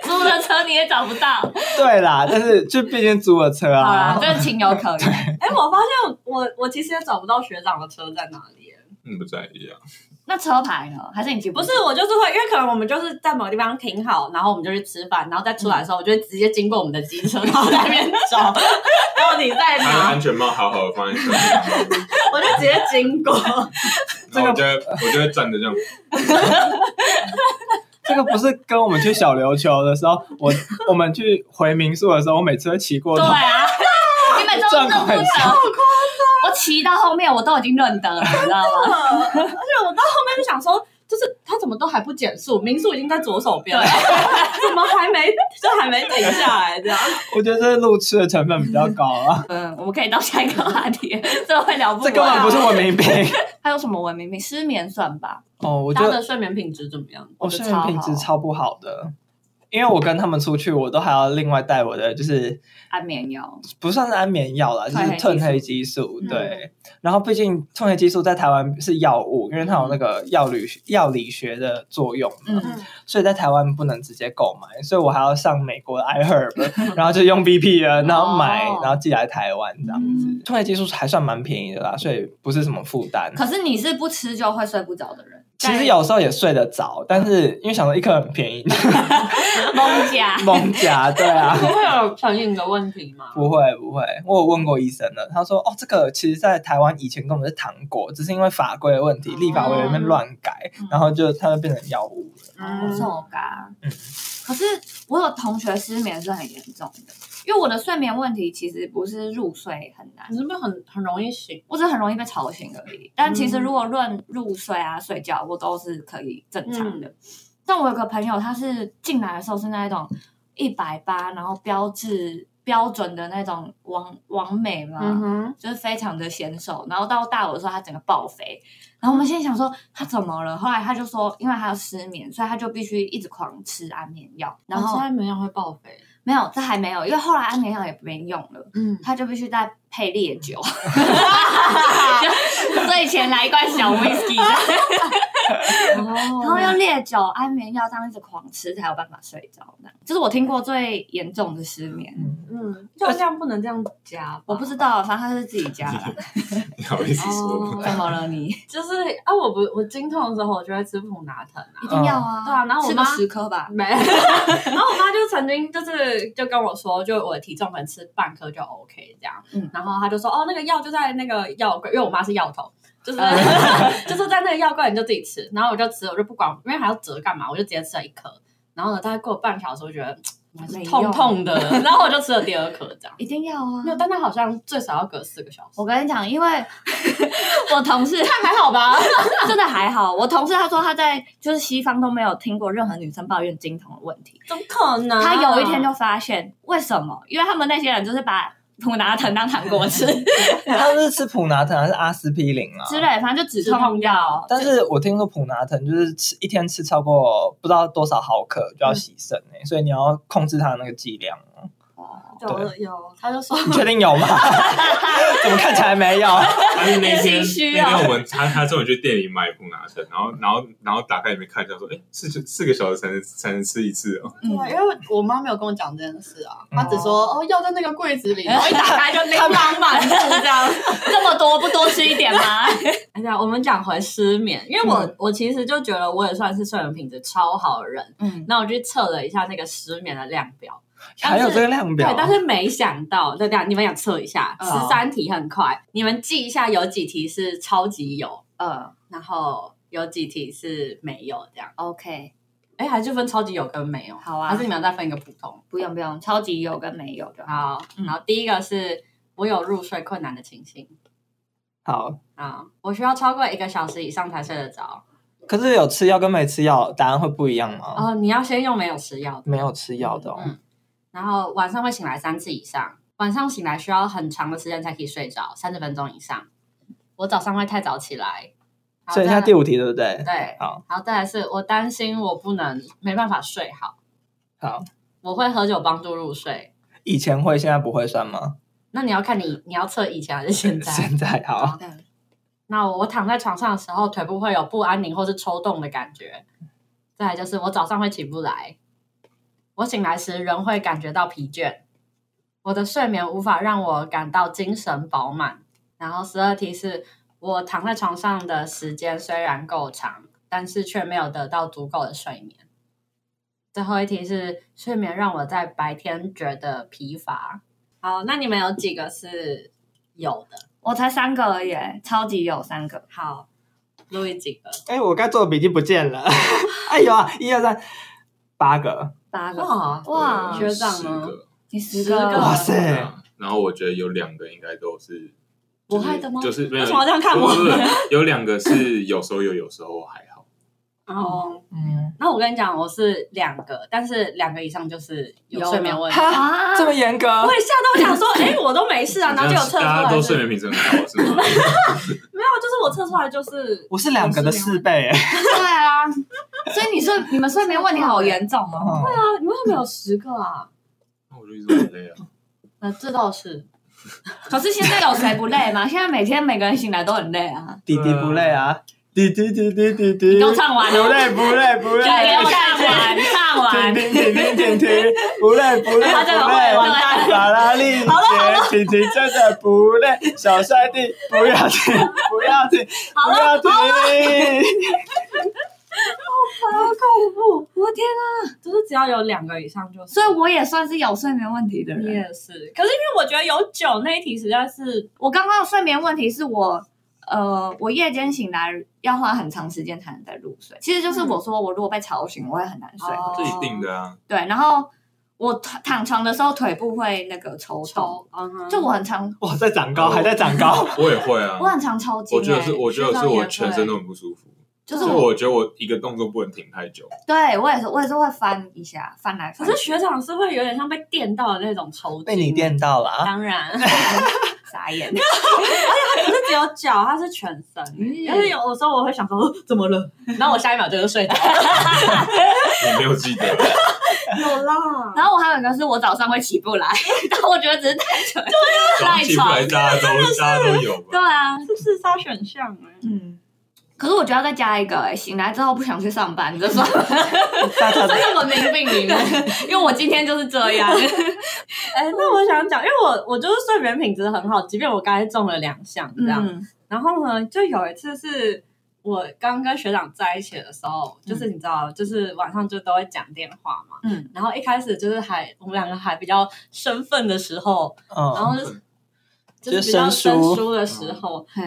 [SPEAKER 3] 租的车你也找不到。
[SPEAKER 2] 对啦，但是就毕竟租了车
[SPEAKER 3] 好啦，
[SPEAKER 2] 啊，
[SPEAKER 3] 这情有可原。
[SPEAKER 5] 哎、我发现我我其实也找不到学长的车在哪里耶。
[SPEAKER 4] 嗯，不在意啊。
[SPEAKER 3] 那车牌呢？还是你记
[SPEAKER 5] 不
[SPEAKER 3] 是
[SPEAKER 5] 是，我就是会，因为可能我们就是在某个地方停好，然后我们就去吃饭，然后再出来的时候，我就会直接经过我们的机车，然后在那边找到 底在
[SPEAKER 4] 他的
[SPEAKER 5] 哪，
[SPEAKER 4] 安全帽好好的放在身上，
[SPEAKER 5] 我就直接经过。
[SPEAKER 4] 然后我就会我就会站着这样。
[SPEAKER 2] 这个不是跟我们去小琉球的时候，我我们去回民宿的时候，我每次会骑过
[SPEAKER 3] 对
[SPEAKER 2] 头，
[SPEAKER 3] 啊，你每次都
[SPEAKER 2] 撞
[SPEAKER 3] 认不
[SPEAKER 2] 款
[SPEAKER 3] 得，我骑到后面我都已经认得了，你知道 吗？
[SPEAKER 5] 嗯而且我到后面就想说，就是他怎么都还不减速，民宿已经在左手边了，怎么还没就还没停下来这样？
[SPEAKER 2] 我觉得这是路痴的成分比较高啊，
[SPEAKER 3] 嗯，我们可以到下一个话题，这会啊聊不
[SPEAKER 2] 这根本
[SPEAKER 3] 完。
[SPEAKER 2] 不是文明病。
[SPEAKER 3] 还有什么文明病？失眠算吧。
[SPEAKER 2] 哦，我觉
[SPEAKER 5] 他
[SPEAKER 2] 得
[SPEAKER 5] 的睡眠品质怎么样？
[SPEAKER 2] 我
[SPEAKER 3] 觉
[SPEAKER 2] 睡
[SPEAKER 3] 得
[SPEAKER 2] 眠
[SPEAKER 3] 超
[SPEAKER 2] 品质
[SPEAKER 3] 好
[SPEAKER 2] 超不好的，因为我跟他们出去，我都还要另外带我的，就是
[SPEAKER 3] 安眠药，
[SPEAKER 2] 不算是安眠药啦，就
[SPEAKER 3] 褪黑激
[SPEAKER 2] 是
[SPEAKER 3] 素
[SPEAKER 2] 褪黑激素。
[SPEAKER 3] 嗯
[SPEAKER 2] 对，然后毕竟褪黑激素在台湾是药物，因为它有那个药理药理学的作用嘛，
[SPEAKER 3] 嗯，
[SPEAKER 2] 所以在台湾不能直接购买，所以我还要上美国的 iHerb，然后就用 VPN，然后买
[SPEAKER 3] 哦，
[SPEAKER 2] 然后寄来台湾这样。
[SPEAKER 3] 嗯
[SPEAKER 2] 褪黑激素还算蛮便宜的啦，所以不是什么负担。
[SPEAKER 3] 可是你是不吃就会睡不着的人，
[SPEAKER 2] 其实有时候也睡得着，但是因为想说一颗很 便宜，
[SPEAKER 3] 蒙甲，
[SPEAKER 2] 蒙夹，对啊。
[SPEAKER 5] 不会有成瘾的问题吗？
[SPEAKER 2] 不会不会，我有问过医生了，他说哦，这个其实在台湾以前根本是糖果，只是因为法规的问
[SPEAKER 5] 哦
[SPEAKER 2] 题，立法委员那边乱改，然后就它就变成药物了。
[SPEAKER 3] 我
[SPEAKER 5] 嗯，
[SPEAKER 3] 受嘎。
[SPEAKER 2] 嗯
[SPEAKER 3] 可是我有同学失眠是很严重的，因为我的睡眠问题其实不是入睡很难，
[SPEAKER 5] 你是不是很很容易醒？
[SPEAKER 3] 我只是很容易被吵醒而已。但其实
[SPEAKER 5] 嗯
[SPEAKER 3] 如果论入睡啊、睡觉，我都是可以正常的。
[SPEAKER 5] 嗯
[SPEAKER 3] 但我有个朋友，他是进来的时候是那一种一百八，然后标志标准的那种王王美
[SPEAKER 5] 啊
[SPEAKER 3] 嘛，
[SPEAKER 5] 嗯哼，
[SPEAKER 3] 就是非常的娴熟。然后到大五的时候，他整个爆肥。然后我们现在想说他怎么了，后来他就说，因为他要失眠，所以他就必须一直狂吃安眠药。然
[SPEAKER 5] 然后
[SPEAKER 3] 后
[SPEAKER 5] 现在没有会报废。
[SPEAKER 3] 没有，这还没有，因为后来安眠药也没用了，
[SPEAKER 5] 嗯，
[SPEAKER 3] 他就必须再配烈 酒，就所以前来一罐小 whisky，然
[SPEAKER 5] 然
[SPEAKER 3] 后用烈酒、安眠药这样一直狂吃才有办法睡着。这样这是我听过最严重的失眠。
[SPEAKER 2] 嗯，
[SPEAKER 5] 嗯，就这样不能这样加吧，
[SPEAKER 3] 我 不知道，反正他是自己加的。
[SPEAKER 4] 你好意思说吗？
[SPEAKER 5] 哦
[SPEAKER 3] 怎么了你？一
[SPEAKER 5] 就是啊，我不我经痛的时候，我就会吃普拿疼啊。
[SPEAKER 3] 定要啊！
[SPEAKER 5] 嗯对啊然后我
[SPEAKER 3] 吃个
[SPEAKER 5] 妈
[SPEAKER 3] 十颗吧。
[SPEAKER 5] 没， 然后我妈就曾经就是就跟我说，就我的体重可能吃半颗就 OK 这样，
[SPEAKER 3] 嗯
[SPEAKER 5] 然后她就说哦，那个药就在那个药柜，因为我妈是药头，就是 就是在那个药柜你就自己吃，然后我就吃，我就不管，因为还要折干嘛，我就直接吃了一颗，然后呢，大概过了半小时，我觉得嗯
[SPEAKER 3] 没用
[SPEAKER 5] 痛痛的，然后我就吃了第二颗这样。
[SPEAKER 3] 一定要啊
[SPEAKER 5] 没！有，但它好像最少要隔四个小时
[SPEAKER 3] 我，跟你讲，因为 我同事
[SPEAKER 5] 但哦还好 吧？
[SPEAKER 3] 真的还好，我同事他说他在就是西方都没有听过任何女生抱怨经痛的问题，
[SPEAKER 5] 怎么可能？啊
[SPEAKER 3] 他有一天就发现为什么？因为他们那些人就是把普拿疼当糖果吃
[SPEAKER 5] 啊
[SPEAKER 2] 他们是吃普拿疼还是阿司匹林啊？
[SPEAKER 3] 之类，反正就止痛药。
[SPEAKER 2] 但是我听说普拿疼就是吃一天吃超过不知道多少毫克
[SPEAKER 5] 嗯
[SPEAKER 2] 就要洗肾哎、所以你要控制它的那个剂量哦。
[SPEAKER 5] 有有，他就说
[SPEAKER 2] 你确定有 吗？怎么看起来没有？
[SPEAKER 4] 但是那
[SPEAKER 3] 心
[SPEAKER 4] 天
[SPEAKER 3] 虚啊
[SPEAKER 4] 那天我们他他终于去店里买普拿疼，然后然后然后打开里面看一下，说哎，四四个小时才能才能吃一次哦。
[SPEAKER 3] 嗯
[SPEAKER 5] 对，因为我妈没有跟我讲这件事啊，
[SPEAKER 2] 嗯
[SPEAKER 5] 哎 她只说哦药在那个柜子里，然后一打开就
[SPEAKER 3] 他
[SPEAKER 5] 琳琅满目这样。
[SPEAKER 3] 这么多多不多吃一点吗？
[SPEAKER 5] 哎呀，我们讲回失眠，因为我、我其实就觉得我也算是睡眠品质超好的人。
[SPEAKER 3] 嗯，
[SPEAKER 5] 那我去测了一下那个失眠的量表，
[SPEAKER 2] 还有这个量表
[SPEAKER 5] 对，，但是没想到，对对，你们想测一下，
[SPEAKER 3] 嗯
[SPEAKER 5] 十三题很快，你们记一下有几题是超级有，
[SPEAKER 3] 呃
[SPEAKER 5] 然后有几题是没有这样。
[SPEAKER 3] ，OK，
[SPEAKER 5] 哎，还是分超级有跟没有？
[SPEAKER 3] 好啊
[SPEAKER 5] 还是你们要再分一个普通？
[SPEAKER 3] 不用不用，超级有跟没有就好。
[SPEAKER 5] 好，
[SPEAKER 3] 嗯
[SPEAKER 5] 然后第一个是我有入睡困难的情形
[SPEAKER 2] 好，
[SPEAKER 5] 啊，我需要超过一个小时以上才睡得着。
[SPEAKER 2] 可是有吃药跟没吃药答案会不一样吗？
[SPEAKER 5] 哦，你要先用没有吃药的，
[SPEAKER 2] 没有吃药的、哦，
[SPEAKER 5] 嗯，然后晚上会醒来三次以上，晚上醒来需要很长的时间才可以睡着，三十分钟以上。我早上会太早起来，然后
[SPEAKER 2] 所以
[SPEAKER 5] 再
[SPEAKER 2] 现在第五题对不对？
[SPEAKER 5] 对，
[SPEAKER 2] 好，
[SPEAKER 5] 然后再来是我担心我不能没办法睡好，
[SPEAKER 2] 好，
[SPEAKER 5] 我会喝酒帮助入睡。
[SPEAKER 2] 以前会，现在不会算吗？
[SPEAKER 5] 那你要看你你要测以前还是现 在？
[SPEAKER 2] 现在好，
[SPEAKER 3] 嗯
[SPEAKER 5] 那我躺在床上的时候，腿部会有不安宁或是抽动的感觉。再来就是我早上会起不来，我醒来时仍会感觉到疲倦，我的睡眠无法让我感到精神饱满。然后十二题是我躺在床上的时间虽然够长，但是却没有得到足够的睡眠。最后一题是睡眠让我在白天觉得疲乏。好，那你们有几个是有的？
[SPEAKER 3] 我才三个而已耶，超级有三个。
[SPEAKER 5] 好，路易几个？
[SPEAKER 2] 哎、我该做的笔记不见了，哎有啊，一二三，八个，
[SPEAKER 3] 八个
[SPEAKER 5] 哇
[SPEAKER 3] 哇
[SPEAKER 5] 学长啊呢
[SPEAKER 4] 十啊个
[SPEAKER 3] 你十哦
[SPEAKER 5] 十个
[SPEAKER 2] 哇塞，
[SPEAKER 4] 对啊然后我觉得有两个应该都是
[SPEAKER 5] 我
[SPEAKER 4] 就是
[SPEAKER 5] 害的吗
[SPEAKER 4] 就是没有
[SPEAKER 5] 为什么要这样看我
[SPEAKER 4] 不是不是不是有两个是有时候有，有时候还好。
[SPEAKER 5] 哦，
[SPEAKER 2] 嗯，
[SPEAKER 5] 那我跟你讲，我是两个，但是两个以上就是有睡眠问题。
[SPEAKER 2] 哈，
[SPEAKER 3] 啊
[SPEAKER 2] 这么严格
[SPEAKER 5] 我，也吓到，我 想说，哎、我都没事啊，然后就有测出来
[SPEAKER 4] 大家
[SPEAKER 5] 是，
[SPEAKER 4] 都睡眠品质很高是吗？
[SPEAKER 5] 没有，啊就是我测出来就是
[SPEAKER 2] 我是两个的四倍、哎
[SPEAKER 3] 对啊，所以你说你们睡眠问题好严重哦。
[SPEAKER 2] 哦
[SPEAKER 5] 啊，你为什么有十个啊？
[SPEAKER 4] 那我就一直很累啊。
[SPEAKER 5] 那这倒是，
[SPEAKER 3] 可是现在有谁不累吗？现 在每天每个人醒来都很累啊。
[SPEAKER 2] 弟弟不累啊，弟弟弟弟弟弟，
[SPEAKER 3] 你给我唱完
[SPEAKER 2] 不
[SPEAKER 3] 哦，
[SPEAKER 2] 累不累不累，
[SPEAKER 3] 对，给我唱完，唱完
[SPEAKER 2] 停。停停停停停，不累不累不累，
[SPEAKER 3] 他真的会
[SPEAKER 2] 完蛋法拉利姐，停停真的不累，小帅弟不要停不要停不要停，
[SPEAKER 5] 好恐怖！我的天啊，就是只要有两个以上就是。
[SPEAKER 3] 所以我也算是有睡眠问题的
[SPEAKER 5] 你
[SPEAKER 3] 人。
[SPEAKER 5] 也是，可是因为我觉得有酒那一题实在是，
[SPEAKER 3] 我刚刚的睡眠问题是我，呃，我夜间醒来要花很长时间才能再入睡。其实就是我说，我如果被吵醒，我会很难睡。
[SPEAKER 5] 哦
[SPEAKER 4] 这一定的啊，
[SPEAKER 3] 对，然后我躺躺床的时候，腿部会那个抽动，
[SPEAKER 5] 抽，嗯哼，
[SPEAKER 3] 就我很常，
[SPEAKER 2] 哇，在长高还在长高，
[SPEAKER 4] 我也会啊
[SPEAKER 3] 我。很常抽筋、欸。
[SPEAKER 4] 我觉得是，我觉得是
[SPEAKER 5] 学长
[SPEAKER 4] 我
[SPEAKER 5] 也
[SPEAKER 4] 全
[SPEAKER 5] 会
[SPEAKER 4] 身都很不舒服。
[SPEAKER 3] 就是
[SPEAKER 4] 就
[SPEAKER 3] 我，
[SPEAKER 4] 我觉得我一个动作不能停太久，
[SPEAKER 3] 对我也是，我也是会翻一下，翻来
[SPEAKER 5] 可
[SPEAKER 3] 翻去。
[SPEAKER 5] 是学长是会有点像被电到的那种抽筋，
[SPEAKER 2] 被你电到了啊！
[SPEAKER 5] 当然，
[SPEAKER 3] 傻眼，
[SPEAKER 5] 不是只有脚，它是全身。
[SPEAKER 3] 嗯
[SPEAKER 5] 但是有的时候我会想说，呃怎么了？ 然后我下一秒就睡着。
[SPEAKER 4] 你没有记 得，
[SPEAKER 5] 有啦，
[SPEAKER 3] 然后我还有一个是我早上会起不来， 但我觉得只是单纯赖
[SPEAKER 4] 起不
[SPEAKER 3] 床
[SPEAKER 4] 来。大家都大家都有
[SPEAKER 3] 对
[SPEAKER 4] 吧？
[SPEAKER 3] 啊，
[SPEAKER 5] 是自杀选项哎、
[SPEAKER 3] 嗯。可是我觉得要再加一个、欸，醒来之后不想去上班，你这算吗？
[SPEAKER 2] 大家
[SPEAKER 3] 这么明病里面，因为我今天就是这样。
[SPEAKER 5] 哎、那我想讲，因为我我就是睡眠品质很好，即便我刚才中了两项这样。
[SPEAKER 3] 嗯
[SPEAKER 5] 然后呢，就有一次是我刚跟学长在一起的时候，就是你知道，就是晚上就都会讲电话嘛。
[SPEAKER 3] 嗯，
[SPEAKER 5] 然后一开始就是还我们两个还比较生分的时候，
[SPEAKER 3] 哦
[SPEAKER 5] 然
[SPEAKER 2] 嗯，
[SPEAKER 5] 后就是
[SPEAKER 2] 就
[SPEAKER 5] 就是比较
[SPEAKER 2] 生疏
[SPEAKER 5] 生疏的时候，
[SPEAKER 3] 嘿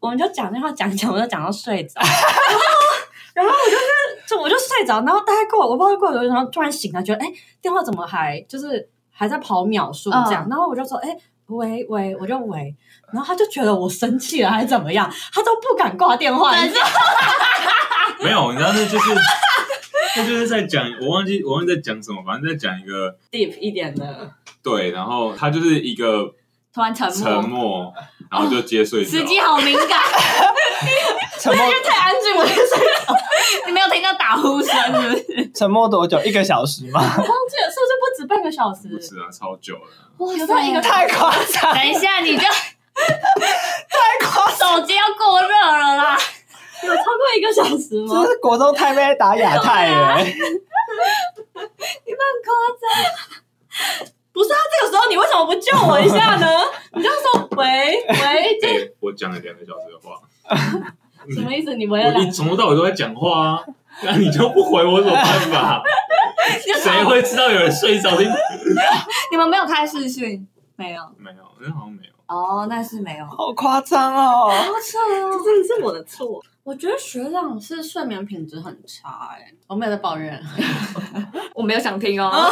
[SPEAKER 5] 我们就讲电话讲一讲，我就讲到睡着， 然后然后我就是就我就睡着，然后大概过我不知道过了多久，然后突然醒了，觉得哎电话怎么还就是还在跑秒数这样，然后我就说哎。喂喂，我就喂，然后他就觉得我生气了还是怎么样，他都不敢挂电话。你知道吗
[SPEAKER 4] 没有，你知道那就是那就是在讲，我忘记我忘记在讲什么，反正在讲一个
[SPEAKER 5] deep 一点的，
[SPEAKER 4] 对，然后他就是一个
[SPEAKER 3] 突然沉
[SPEAKER 4] 沉
[SPEAKER 3] 默，
[SPEAKER 4] 默，然后就接睡着
[SPEAKER 3] 时。机好敏 感，
[SPEAKER 2] 沉默
[SPEAKER 5] 太安静，我就睡着。
[SPEAKER 3] 你没有听到打呼声是不是？
[SPEAKER 2] 沉默多久？一个小时吗？
[SPEAKER 5] 我忘记了是不是不止半个小时
[SPEAKER 4] 不？是啊，超久了。
[SPEAKER 3] 哇
[SPEAKER 5] 有到一个
[SPEAKER 2] 太夸张，
[SPEAKER 3] 等一下你就
[SPEAKER 2] 太夸张，
[SPEAKER 3] 手机要过热了啦。
[SPEAKER 5] 有超过一个小时吗？
[SPEAKER 2] 这是国中太妹打亚
[SPEAKER 3] 啊
[SPEAKER 2] 太欸耶！
[SPEAKER 5] 不是啊，这个时候你为什么不救我一下呢？你就说喂喂，这
[SPEAKER 4] 对我讲了两个小时的话，
[SPEAKER 5] 什么意思？你喂了
[SPEAKER 4] 我
[SPEAKER 5] 两
[SPEAKER 4] 一从头到尾都在讲话啊，那你就不回我有什么办 法？谁会知道有人睡着听？
[SPEAKER 3] 你们没有开视讯？没有
[SPEAKER 4] 没有，那好像没有。
[SPEAKER 3] 哦，那是没有。
[SPEAKER 2] 好夸张哦！
[SPEAKER 5] 这真的是我的错。我觉得学长是睡眠品质很差、哎，我没有在抱怨，
[SPEAKER 3] 我没有想听哦，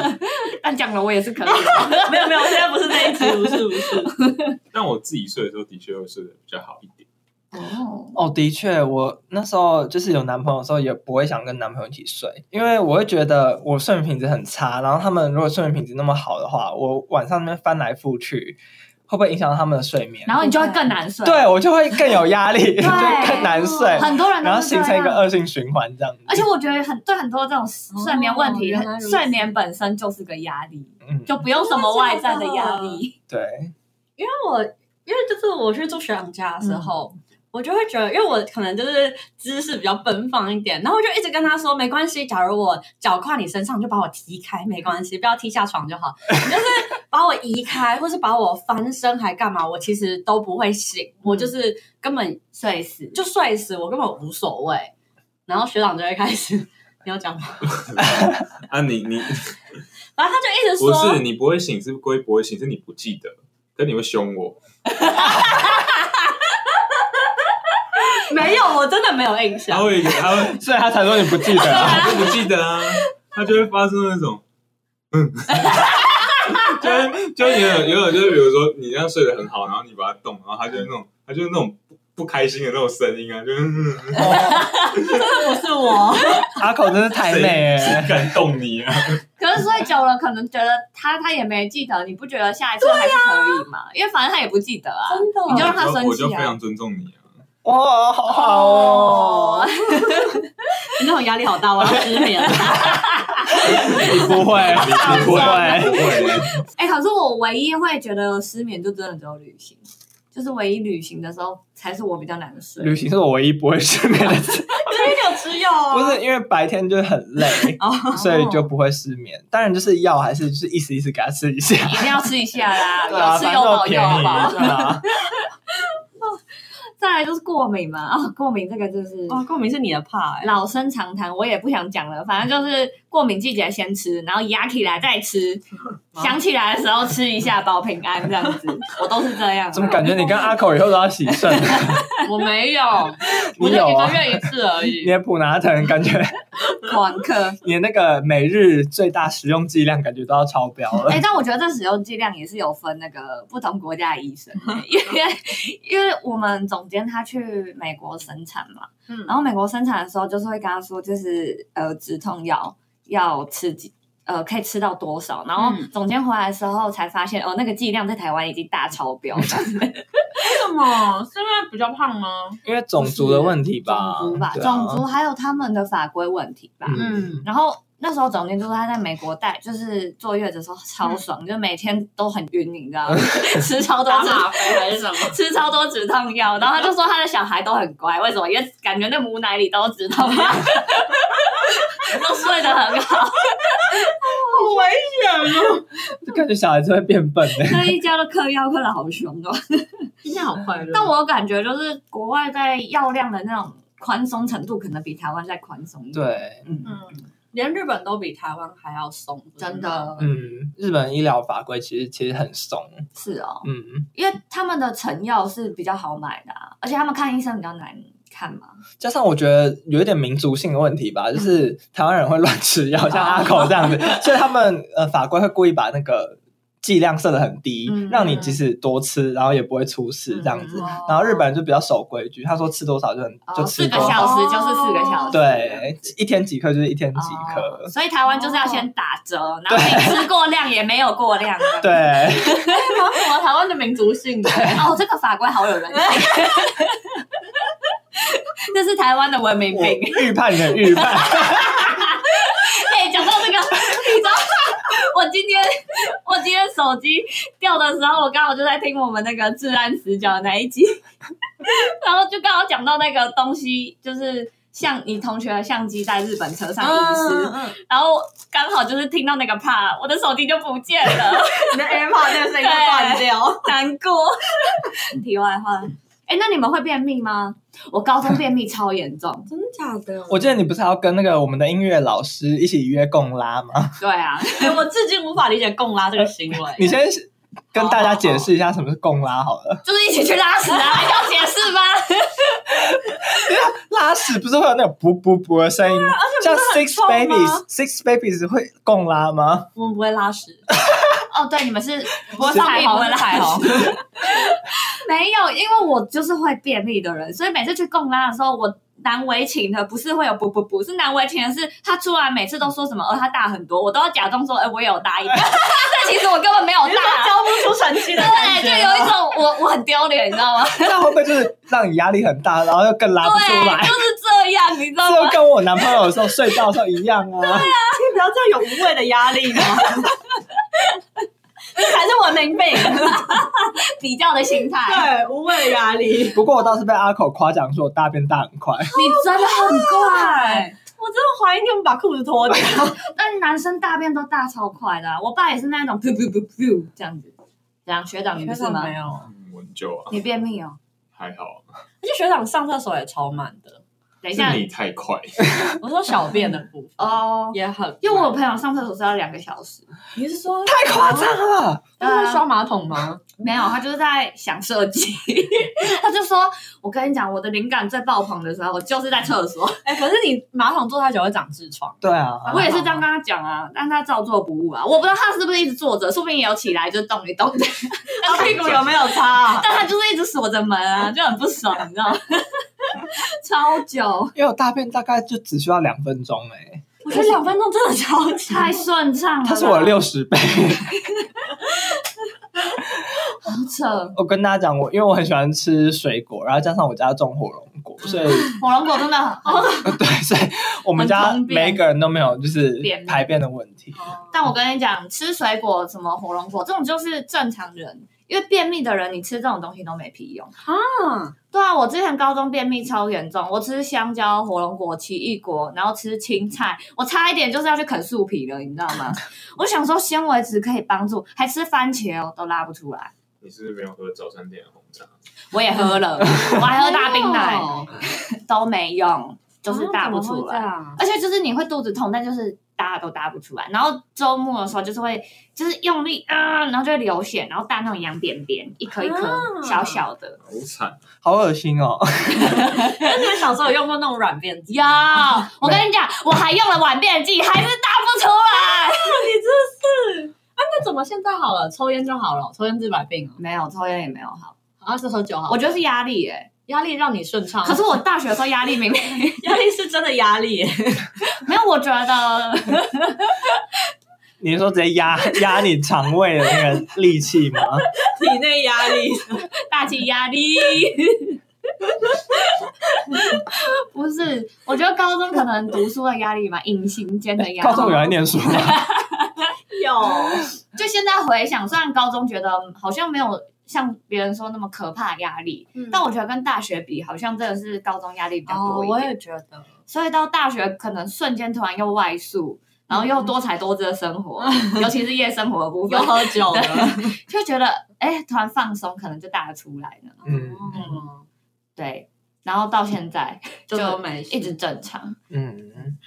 [SPEAKER 3] 但讲了我也是可以的。
[SPEAKER 5] 没有没有，现在不是那一集，不是不是。
[SPEAKER 4] 但我自己睡的时候，的确会睡得比较好一点。
[SPEAKER 3] 哦，
[SPEAKER 2] 哦，的确，我那时候就是有男朋友的时候，也不会想跟男朋友一起睡，因为我会觉得我睡眠品质很差，然后他们如果睡眠品质那么好的话，我晚上那边翻来覆去，会不会影响到他们的睡眠？
[SPEAKER 3] 然后你就会更难睡。
[SPEAKER 2] 对我就会更有压 力，就会更难睡，
[SPEAKER 3] 很多人都
[SPEAKER 2] 然后
[SPEAKER 3] 是这
[SPEAKER 2] 形
[SPEAKER 3] 样啊
[SPEAKER 2] 成一个恶性循环这样子。
[SPEAKER 3] 而且我觉得很对很多这种睡眠问题，
[SPEAKER 5] 哦原来如此
[SPEAKER 3] 睡眠本身就是个压力，
[SPEAKER 2] 嗯，
[SPEAKER 3] 就不用什么外在的压力。
[SPEAKER 2] 对，
[SPEAKER 5] 因为我 因为就是我去住学长家的时候。我就会觉得，因为我可能就是姿势比较奔放一点，然后我就一直跟他说，没关系，假如我脚跨你身上，就把我踢开，没关系，不要踢下床就好。 你就是把我移开，或是把我翻身，还干嘛？我其实都不会醒，我就是根本
[SPEAKER 3] 睡死，
[SPEAKER 5] 就睡死，我根本无所谓。然后学长就会开始， 你要讲吗？
[SPEAKER 4] 啊，你你
[SPEAKER 5] 然后他就一直
[SPEAKER 4] 不
[SPEAKER 5] 说，
[SPEAKER 4] 是你不会醒，是归不会醒，是你不记得，可你会凶我。
[SPEAKER 5] 没有，我真的没有印象
[SPEAKER 4] 他。会他 会
[SPEAKER 2] 所以他才说你不记得、啊。
[SPEAKER 4] 他就不记得啊，他就会发生那种，嗯， 就会就会有有有就是比如说你这样睡得很好，然后你把它动，然后他就那种他就是那种不不开心的那种声音啊，就是、嗯、
[SPEAKER 5] 不是我，
[SPEAKER 2] 阿口真是太
[SPEAKER 4] 谁
[SPEAKER 2] 美
[SPEAKER 4] 谁
[SPEAKER 2] 哎，
[SPEAKER 4] 敢动你啊？
[SPEAKER 3] 可是睡久了，可能觉得他他也没记得，你不觉得下一次还是可以吗？因为反正他也不记得啊。
[SPEAKER 5] 真的
[SPEAKER 3] 你就让他
[SPEAKER 4] 我就
[SPEAKER 3] 生
[SPEAKER 4] 我就
[SPEAKER 3] 气
[SPEAKER 4] 非
[SPEAKER 3] 啊。
[SPEAKER 4] 常尊重你啊，
[SPEAKER 2] 哇，好好哦，，
[SPEAKER 5] 你那种压力好大，我要失眠了。
[SPEAKER 2] 你不会，
[SPEAKER 4] 你
[SPEAKER 2] 你
[SPEAKER 4] 不
[SPEAKER 2] 不
[SPEAKER 4] 会
[SPEAKER 2] 会，
[SPEAKER 4] 不会，
[SPEAKER 3] 哎、可是我唯一会觉得失眠，就真的只有旅行，就是唯一旅行的时候才是我比较难睡。
[SPEAKER 2] 旅行是我唯一不会失眠的 事，
[SPEAKER 5] 真有吃药啊
[SPEAKER 2] 不是因为白天就很累，
[SPEAKER 3] 哦
[SPEAKER 2] 所以就不会失眠。当然就是药还是就是意思意思给他吃 一下，
[SPEAKER 3] 一定要吃一下啦，
[SPEAKER 2] 对啊，
[SPEAKER 3] 有吃
[SPEAKER 2] 反
[SPEAKER 3] 有
[SPEAKER 2] 正都
[SPEAKER 3] 保，
[SPEAKER 2] 便
[SPEAKER 3] 有
[SPEAKER 2] 宜，
[SPEAKER 3] 保。
[SPEAKER 2] 对啊，
[SPEAKER 3] 再来就是过敏嘛，啊、过敏这个就是
[SPEAKER 5] 哦，共鸣是你的怕、欸，
[SPEAKER 3] 老生常谈，我也不想讲了。反正就是过敏季节先吃，然后压起来再 吃，想起来的时候吃一下保平安这样 子，我都是这样。
[SPEAKER 2] 怎么感觉你跟阿口以后都要洗肾？啊
[SPEAKER 5] 我没有，
[SPEAKER 2] 你有啊？
[SPEAKER 5] 月一次 而
[SPEAKER 2] 你。的普拿疼 感觉，
[SPEAKER 3] 狂嗑？
[SPEAKER 2] 你的那个每日最大使用剂量感觉都要超标了
[SPEAKER 3] 哎、。但我觉得这使用剂量也是有分那个不同国家的医生的，因为因为我们总监他去美国生产嘛，
[SPEAKER 5] 嗯
[SPEAKER 3] 然后美国生产的时候就是会跟他说，就是呃止痛药要吃几。呃，可以吃到多少？然后
[SPEAKER 5] 嗯
[SPEAKER 3] 总监回来的时候才发现，哦，那个剂量在台湾已经大超标了。
[SPEAKER 5] 为什么？是因为比较胖吗？
[SPEAKER 2] 因为种族的问题吧，
[SPEAKER 3] 种族吧，
[SPEAKER 2] 对啊
[SPEAKER 3] 种族还有他们的法规问题吧。
[SPEAKER 5] 嗯，
[SPEAKER 3] 然后那时候总监就说他在美国带，就是坐月子的时候
[SPEAKER 2] 嗯
[SPEAKER 3] 超爽，就每天都很晕，你知道 吗？吃超多止
[SPEAKER 5] 啡还是什么？
[SPEAKER 3] 吃超多止痛药，然后他就说他的小孩都很乖，为什么？因为感觉那母奶里都有止痛药，都睡得很好，
[SPEAKER 5] 好危险哦！
[SPEAKER 2] 就感觉小孩子会变笨的、
[SPEAKER 3] 那一家都嗑药嗑的好凶哦。
[SPEAKER 5] 今天好快乐
[SPEAKER 3] 但我有感觉就是国外在药量的那种宽松程度，可能比台湾再宽松一点。
[SPEAKER 2] 对，
[SPEAKER 5] 嗯，连日本都比台湾还要松，
[SPEAKER 3] 真。的、
[SPEAKER 2] 嗯，日本医疗法规其实其实很松，
[SPEAKER 3] 是哦，
[SPEAKER 2] 嗯，
[SPEAKER 3] 因为他们的成药是比较好买的、啊，而且他们看医生比较难看嘛。
[SPEAKER 2] 加上我觉得有一点民族性的问题
[SPEAKER 3] 嗯
[SPEAKER 2] 吧，就是台湾人会乱吃
[SPEAKER 3] 哦
[SPEAKER 2] 药，像阿口这样 子，所以他们呃法规会故意把那个剂量设的很低，
[SPEAKER 3] 嗯
[SPEAKER 2] 让你即使多吃，然后也不会出事这样子。
[SPEAKER 3] 嗯
[SPEAKER 2] 然后日本人就比较守规矩，他说吃多少就很
[SPEAKER 3] 哦
[SPEAKER 2] 就
[SPEAKER 3] 四
[SPEAKER 2] 吃
[SPEAKER 3] 个
[SPEAKER 2] 多少，
[SPEAKER 3] 小时就是四个小时，
[SPEAKER 2] 对，一天几克就是一天
[SPEAKER 3] 哦
[SPEAKER 2] 几克，
[SPEAKER 3] 所以台湾就是要先打折，然后你吃过量也没有过量。
[SPEAKER 2] 对，
[SPEAKER 5] 搞什 么台湾的民族性？
[SPEAKER 3] 哦，这个法规好有 人性，这是台湾的文明
[SPEAKER 2] 我
[SPEAKER 3] 病。
[SPEAKER 2] 预判你的预判。
[SPEAKER 3] 哎、讲到这个，你知道我今天我今天手机掉的时候，我刚好就在听我们那个 治安死角那一集，然后就刚好讲到那个东西，就是相你同学的相机在日本车上遗失，
[SPEAKER 1] 嗯，
[SPEAKER 3] 然后刚好就是听到那个怕，我的手机就不见了，
[SPEAKER 5] 你的 AirPod 那个声音就断掉，，
[SPEAKER 3] 难过。 题外话，哎、那你们会便秘吗？我高中便秘超严重
[SPEAKER 5] 真的假的？
[SPEAKER 2] 我记得你不是还要跟那个我们的音乐老师一起约共拉 吗？
[SPEAKER 3] 对啊，
[SPEAKER 5] 哎 我至今无法理解共拉这个行为。
[SPEAKER 2] 你先跟大家解释一下什么是共拉好了。
[SPEAKER 3] 就是一起去拉屎啊，要解释吗？
[SPEAKER 2] 拉屎不是会有那种噗噗噗的声音吗？像 Six
[SPEAKER 5] 痛吗
[SPEAKER 2] Babies Six Babies 会共拉吗？
[SPEAKER 5] 我们不会拉屎，
[SPEAKER 3] 哦，对，你们是
[SPEAKER 5] 我
[SPEAKER 3] 是彩虹
[SPEAKER 5] 我是彩虹，
[SPEAKER 3] 没有，因为我就是会便秘的人，所以每次去贡拉的时候，我难为情的不是会有不不不，是难为情的是他出来每次都说什么，呃，他大很多，我都要假装说，哎、我也有大 一点，但其实我根本没有
[SPEAKER 5] 你是说
[SPEAKER 3] 大。啊
[SPEAKER 5] 交不出成绩的感
[SPEAKER 3] 对，
[SPEAKER 5] 觉
[SPEAKER 3] 就有啊
[SPEAKER 5] 吗，
[SPEAKER 3] 一种我我很丢脸，你知道 吗？
[SPEAKER 2] 那会不会就是让你压力很大，然后又更拉不出
[SPEAKER 3] 对，
[SPEAKER 2] 来
[SPEAKER 3] 就？ 是这样，你 知道
[SPEAKER 2] 这
[SPEAKER 3] 吗
[SPEAKER 2] 就？跟我男朋友的时候睡觉的时候一样啊。
[SPEAKER 5] 不要这样有无谓的压力吗？ 这才是文明病，啊
[SPEAKER 3] 比较的心态，
[SPEAKER 5] 对，无谓的压 力。
[SPEAKER 2] 不过我倒是被阿口夸奖说我大便大很快，
[SPEAKER 3] 你真的很快。
[SPEAKER 5] 我真的怀疑你们把裤子脱掉，
[SPEAKER 3] 但男生大便都大超快的啊、我爸也是那种噗噗噗噗这样子。这样学长你不是吗？
[SPEAKER 5] 有？
[SPEAKER 4] 嗯我很久啊，
[SPEAKER 3] 你便秘哦。
[SPEAKER 4] 还好，
[SPEAKER 5] 而且学长上厕所也超慢的，
[SPEAKER 3] 等一下
[SPEAKER 4] 是你太快，
[SPEAKER 5] 我说小便的部分
[SPEAKER 3] 哦，
[SPEAKER 5] 也很，
[SPEAKER 3] 因为我朋友上厕所是要两个小时，
[SPEAKER 5] 你是说太
[SPEAKER 2] 夸张了。
[SPEAKER 5] 他是刷马桶吗？
[SPEAKER 3] 没有，他就是在想设计， 他就说：“我跟你讲，我的灵感最爆棚的时候，我就是在厕所。
[SPEAKER 5] 哎，可是你马桶坐太久会长痔疮，
[SPEAKER 2] 对啊，
[SPEAKER 3] 我也是这样跟他讲啊，但他照做不误啊。我不知道他是不是一直坐着，说不定也有起来就动 一动的，
[SPEAKER 5] 他
[SPEAKER 3] 啊
[SPEAKER 5] 屁股有没有擦？
[SPEAKER 3] 但他就是一直锁着门啊，就很不爽，你知 道吗？超久，
[SPEAKER 2] 因为我大便大概就只需要两分钟哎、
[SPEAKER 5] 我觉得两分钟真的超级
[SPEAKER 3] 太顺畅了。
[SPEAKER 2] 它是我的，六十倍。
[SPEAKER 3] 很扯。
[SPEAKER 2] 我跟大家讲，我因为我很喜欢吃水果，然后加上我家种火龙果，所以
[SPEAKER 3] 火龙果真的很， 哦
[SPEAKER 2] 对，所以我们家
[SPEAKER 3] 很方便
[SPEAKER 2] 每一个人都没有就是
[SPEAKER 3] 便秘
[SPEAKER 2] 排便的问题。
[SPEAKER 3] 但我跟你讲，吃水果什么火龙果这种就是正常人，因为便秘的人你吃这种东西都没屁用。
[SPEAKER 5] 嗯
[SPEAKER 3] 对啊，我之前高中便秘超严重，我吃香蕉、火龙果、奇异果，然后吃青菜，我差一点就是要去啃树皮了，你知道吗？ 我想说纤维质可以帮助，还吃番茄哦，都拉不出来。
[SPEAKER 4] 你是不是没有喝早餐店的红茶？
[SPEAKER 3] 我也喝了，我还喝大冰奶，
[SPEAKER 5] 哦
[SPEAKER 3] 都没用，就是大不出来。
[SPEAKER 5] 啊怎么会这样
[SPEAKER 3] 而且就是你会肚子痛，但就是搭都搭不出来。然后周末的时候就是会就是用力啊，然后就会流血，然后大那种羊扁扁，一颗一颗、
[SPEAKER 5] 啊
[SPEAKER 3] 小小的。
[SPEAKER 4] 好惨，
[SPEAKER 2] 好恶心哦！
[SPEAKER 5] 那你们小时候有用过那种软便剂？
[SPEAKER 3] 有，我跟你讲，我还用了软便剂，还是搭不出来。
[SPEAKER 5] 你真是。啊，那怎么现在好了？抽烟就好了，抽烟治百病哦。
[SPEAKER 3] 没有抽烟也没有好，
[SPEAKER 5] 啊，是喝酒好了，
[SPEAKER 3] 我觉得是压力耶、
[SPEAKER 5] 压力让你顺
[SPEAKER 2] 啊
[SPEAKER 5] 畅。啊
[SPEAKER 3] 可是我大学的时候压力明明
[SPEAKER 5] 压力是真的压力 耶，
[SPEAKER 3] 没有，我觉得
[SPEAKER 2] 你是说直接压压你肠胃的那个力气吗？
[SPEAKER 5] 体内压力。
[SPEAKER 3] 大气压 力。不是，我觉得高中可能读书的压力嘛，隐形间的压力。
[SPEAKER 2] 高中有在念书吗？
[SPEAKER 5] 有，
[SPEAKER 3] 就现在回想，虽然高中觉得好像没有像别人说那么可怕的压力，但我觉得跟大学比，好像真的是高中压力比较
[SPEAKER 5] 嗯哦，
[SPEAKER 3] 多一
[SPEAKER 5] 我
[SPEAKER 3] 点。
[SPEAKER 5] 也觉得，
[SPEAKER 3] 所以到大学可能瞬间突然又外宿，然后又
[SPEAKER 5] 嗯
[SPEAKER 3] 多才多姿的生活， 尤其是夜生活的部分
[SPEAKER 5] 又，喝酒了。
[SPEAKER 3] 就觉得哎、突然放松，可能就大得出来了。
[SPEAKER 2] 嗯
[SPEAKER 5] 嗯，
[SPEAKER 3] 对，然后到现在
[SPEAKER 5] 就
[SPEAKER 3] 就
[SPEAKER 5] 都没事
[SPEAKER 3] 一直正常。
[SPEAKER 2] 嗯，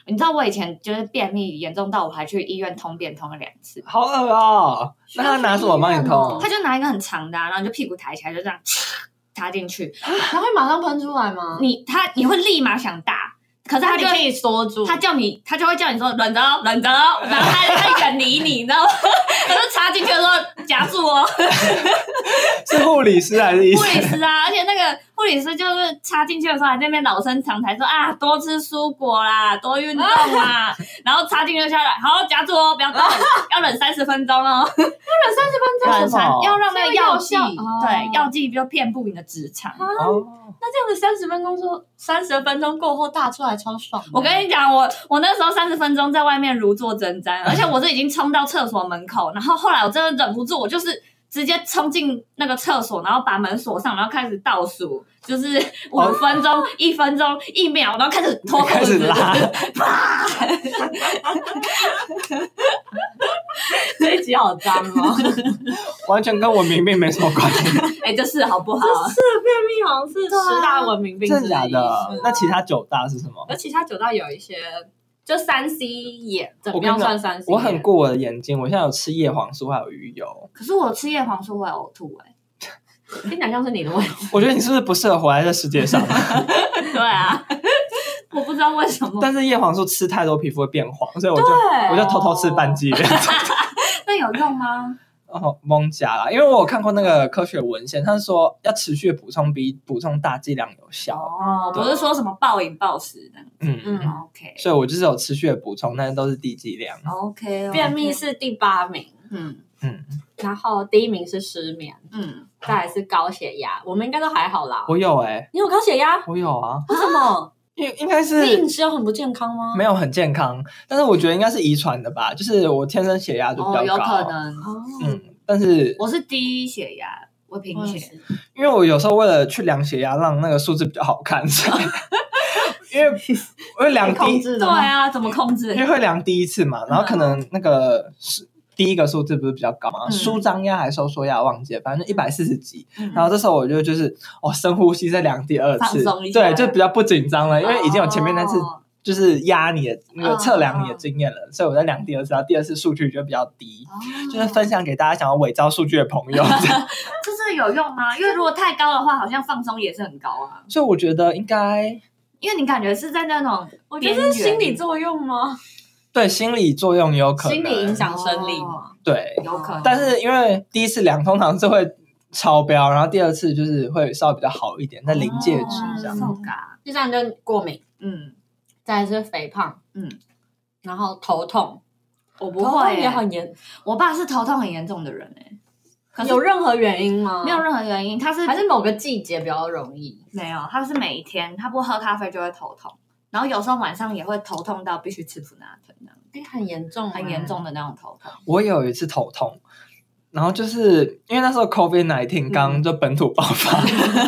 [SPEAKER 3] 你知道我以前就是便秘严重到我还去医院通便通了两次，
[SPEAKER 2] 好恶哦！那他拿什么帮你通？
[SPEAKER 3] 他就拿一个很长的、啊，然后你就屁股抬起来就这样插进去，
[SPEAKER 5] 他会马上喷出来吗？
[SPEAKER 3] 你他你会立马想大，可是他
[SPEAKER 5] 你
[SPEAKER 3] 就
[SPEAKER 5] 可
[SPEAKER 3] 会
[SPEAKER 5] 以缩住，
[SPEAKER 3] 他叫你，他就会叫你说忍着哦，忍着哦，然后他他远离你，你知道吗？ 他就插进去说夹住哦，
[SPEAKER 2] 是护理师还是医
[SPEAKER 3] 护理
[SPEAKER 2] 生？
[SPEAKER 3] 师啊，而且那个护理师就是插进去的时候还在那边老生常谈说啊，多吃蔬果啦，多运动 啦，然后插进去就下来，好夹住哦，不 要动，要忍三十分钟哦，要
[SPEAKER 2] 为
[SPEAKER 3] 忍
[SPEAKER 2] 什
[SPEAKER 3] 三
[SPEAKER 2] 么
[SPEAKER 3] 要让那个药剂
[SPEAKER 5] 是因为药效哦
[SPEAKER 3] 对药剂就遍布你的直肠。
[SPEAKER 2] 哦，
[SPEAKER 5] 那这样子三十分钟说，三十分钟过后大出来超爽的。
[SPEAKER 3] 我跟你讲，我我那时候三十分 钟在外面如坐针毡，而且我是已经冲到厕所门口，然后后来我真的忍不住，我就是直接冲进那个厕所，然后把门锁上，然后开始倒数，就是五
[SPEAKER 2] 哦
[SPEAKER 3] 分钟、 一分钟、一秒，然后开 始脱
[SPEAKER 2] 开
[SPEAKER 3] 裤
[SPEAKER 2] 始
[SPEAKER 3] 子，
[SPEAKER 2] 拉，
[SPEAKER 5] 这一集好脏哦！
[SPEAKER 2] 完全跟文明病没什么关系，
[SPEAKER 3] 哎、这是好不好？
[SPEAKER 5] 便秘好像是十大文明病之
[SPEAKER 2] 真的
[SPEAKER 5] 一，
[SPEAKER 2] 假的
[SPEAKER 5] 是？
[SPEAKER 2] 那其他九大是什么？
[SPEAKER 5] 而其他九大有一些，就三 C 眼怎
[SPEAKER 2] 我
[SPEAKER 5] 么
[SPEAKER 2] 跟
[SPEAKER 5] 样
[SPEAKER 2] 你讲
[SPEAKER 5] 算三 C？
[SPEAKER 2] 我很
[SPEAKER 5] 眼
[SPEAKER 2] 顾我的眼睛，我现在有吃叶黄素还有鱼油。
[SPEAKER 3] 可是我吃叶黄素会呕吐哎、
[SPEAKER 5] 跟你讲，像是你的问题，
[SPEAKER 2] 我觉得你是不是不适合活在这世界上？
[SPEAKER 3] 对啊， 我不知道为什么。
[SPEAKER 2] 但是叶黄素吃太多皮肤会变黄，所以我就
[SPEAKER 5] 对啊
[SPEAKER 2] 我就偷偷吃半剂这样子。
[SPEAKER 3] 那有用吗？
[SPEAKER 2] 哦，蒙甲啦，因为我有看过那个科学文献，他是说要持续补充比补充大剂量有啊效。
[SPEAKER 3] 哦，不是说什么暴饮暴食的。
[SPEAKER 2] 嗯
[SPEAKER 5] 嗯
[SPEAKER 2] 嗯，
[SPEAKER 3] OK
[SPEAKER 2] 所以我就是有持续的补充，但是都是低剂量。
[SPEAKER 3] OK，
[SPEAKER 5] 便秘是第八名，
[SPEAKER 3] 嗯
[SPEAKER 2] 嗯，
[SPEAKER 5] 然后第一名是失眠，
[SPEAKER 3] 嗯，
[SPEAKER 5] 再来是高血压。我们应该都还好啦。
[SPEAKER 2] 我有哎、
[SPEAKER 5] 你有高血压？
[SPEAKER 2] 我有啊，
[SPEAKER 5] 为什么？
[SPEAKER 2] 因应该
[SPEAKER 5] 你饮
[SPEAKER 2] 是
[SPEAKER 5] 食有很不健康吗？
[SPEAKER 2] 没
[SPEAKER 5] 有
[SPEAKER 2] 有很健康，但是我觉得应该是遗传的吧，就是我天生血压就比
[SPEAKER 3] 哦，有
[SPEAKER 2] 较高。啊
[SPEAKER 3] 可能
[SPEAKER 5] 哦，
[SPEAKER 2] 嗯，但是
[SPEAKER 3] 我是低血压，我贫
[SPEAKER 5] 我也
[SPEAKER 3] 血
[SPEAKER 5] 是。
[SPEAKER 2] 因为我有时候为了去量血压，让那个数字比较好看，所 以因为我会量低，
[SPEAKER 5] 制
[SPEAKER 3] 对
[SPEAKER 5] 吗，
[SPEAKER 3] 啊，怎么控制
[SPEAKER 2] 因？为会量第一次
[SPEAKER 3] 嗯
[SPEAKER 2] 嘛，然后可能那个是第一个数字不是比较高嘛，
[SPEAKER 3] 嗯
[SPEAKER 2] 舒张压还是收缩压忘记了，反正一百四十几。
[SPEAKER 3] 嗯
[SPEAKER 2] 然后这时候我就就是哦，深呼吸再量第二次
[SPEAKER 3] 放松一，下
[SPEAKER 2] 对，就比较不紧张了，因为已经有前面那次
[SPEAKER 3] 哦
[SPEAKER 2] 就是压你的那个
[SPEAKER 3] 哦
[SPEAKER 2] 测量你的经验了，所以我在量第二次，然后第二次数据就比较低。
[SPEAKER 3] 哦
[SPEAKER 2] 就是分享给大家想要伪造数据的朋 友，
[SPEAKER 3] 这是有用吗？因为如果太高的话，好像放松也是很高啊。
[SPEAKER 2] 所以我觉得应该
[SPEAKER 3] 因为你感觉是在那种
[SPEAKER 5] 我觉得是心理作用吗？
[SPEAKER 2] 对心理作用也有可能，
[SPEAKER 5] 心理影响生理吗？
[SPEAKER 2] 对，
[SPEAKER 3] 哦有可能，
[SPEAKER 2] 但是因为第一次量通常是会超标，然后第二次就是会稍微比较好一点，在临界值这样。
[SPEAKER 3] 哦，so ga，
[SPEAKER 5] 就像就过敏，
[SPEAKER 3] 嗯，
[SPEAKER 5] 再来是肥胖，
[SPEAKER 3] 嗯，
[SPEAKER 5] 然后头痛，
[SPEAKER 3] 我不
[SPEAKER 5] 头痛
[SPEAKER 3] 会
[SPEAKER 5] 也
[SPEAKER 3] 耶，
[SPEAKER 5] 很严，
[SPEAKER 3] 我爸是头痛很严重的人哎，可是
[SPEAKER 5] 有任何原因吗？
[SPEAKER 3] 没有任何原因，他是
[SPEAKER 5] 还是某个季节比较容易。
[SPEAKER 3] 没有，他是每一天他不喝咖啡就会头痛，然后有时候晚上也会头痛到必须吃普拿疼那样，
[SPEAKER 5] 哎，很严重，
[SPEAKER 3] 很严。重的那种头痛。
[SPEAKER 2] 我有一次头痛，然后就是因为那时候 COVID
[SPEAKER 3] 嗯
[SPEAKER 2] nineteen 刚就本土爆发，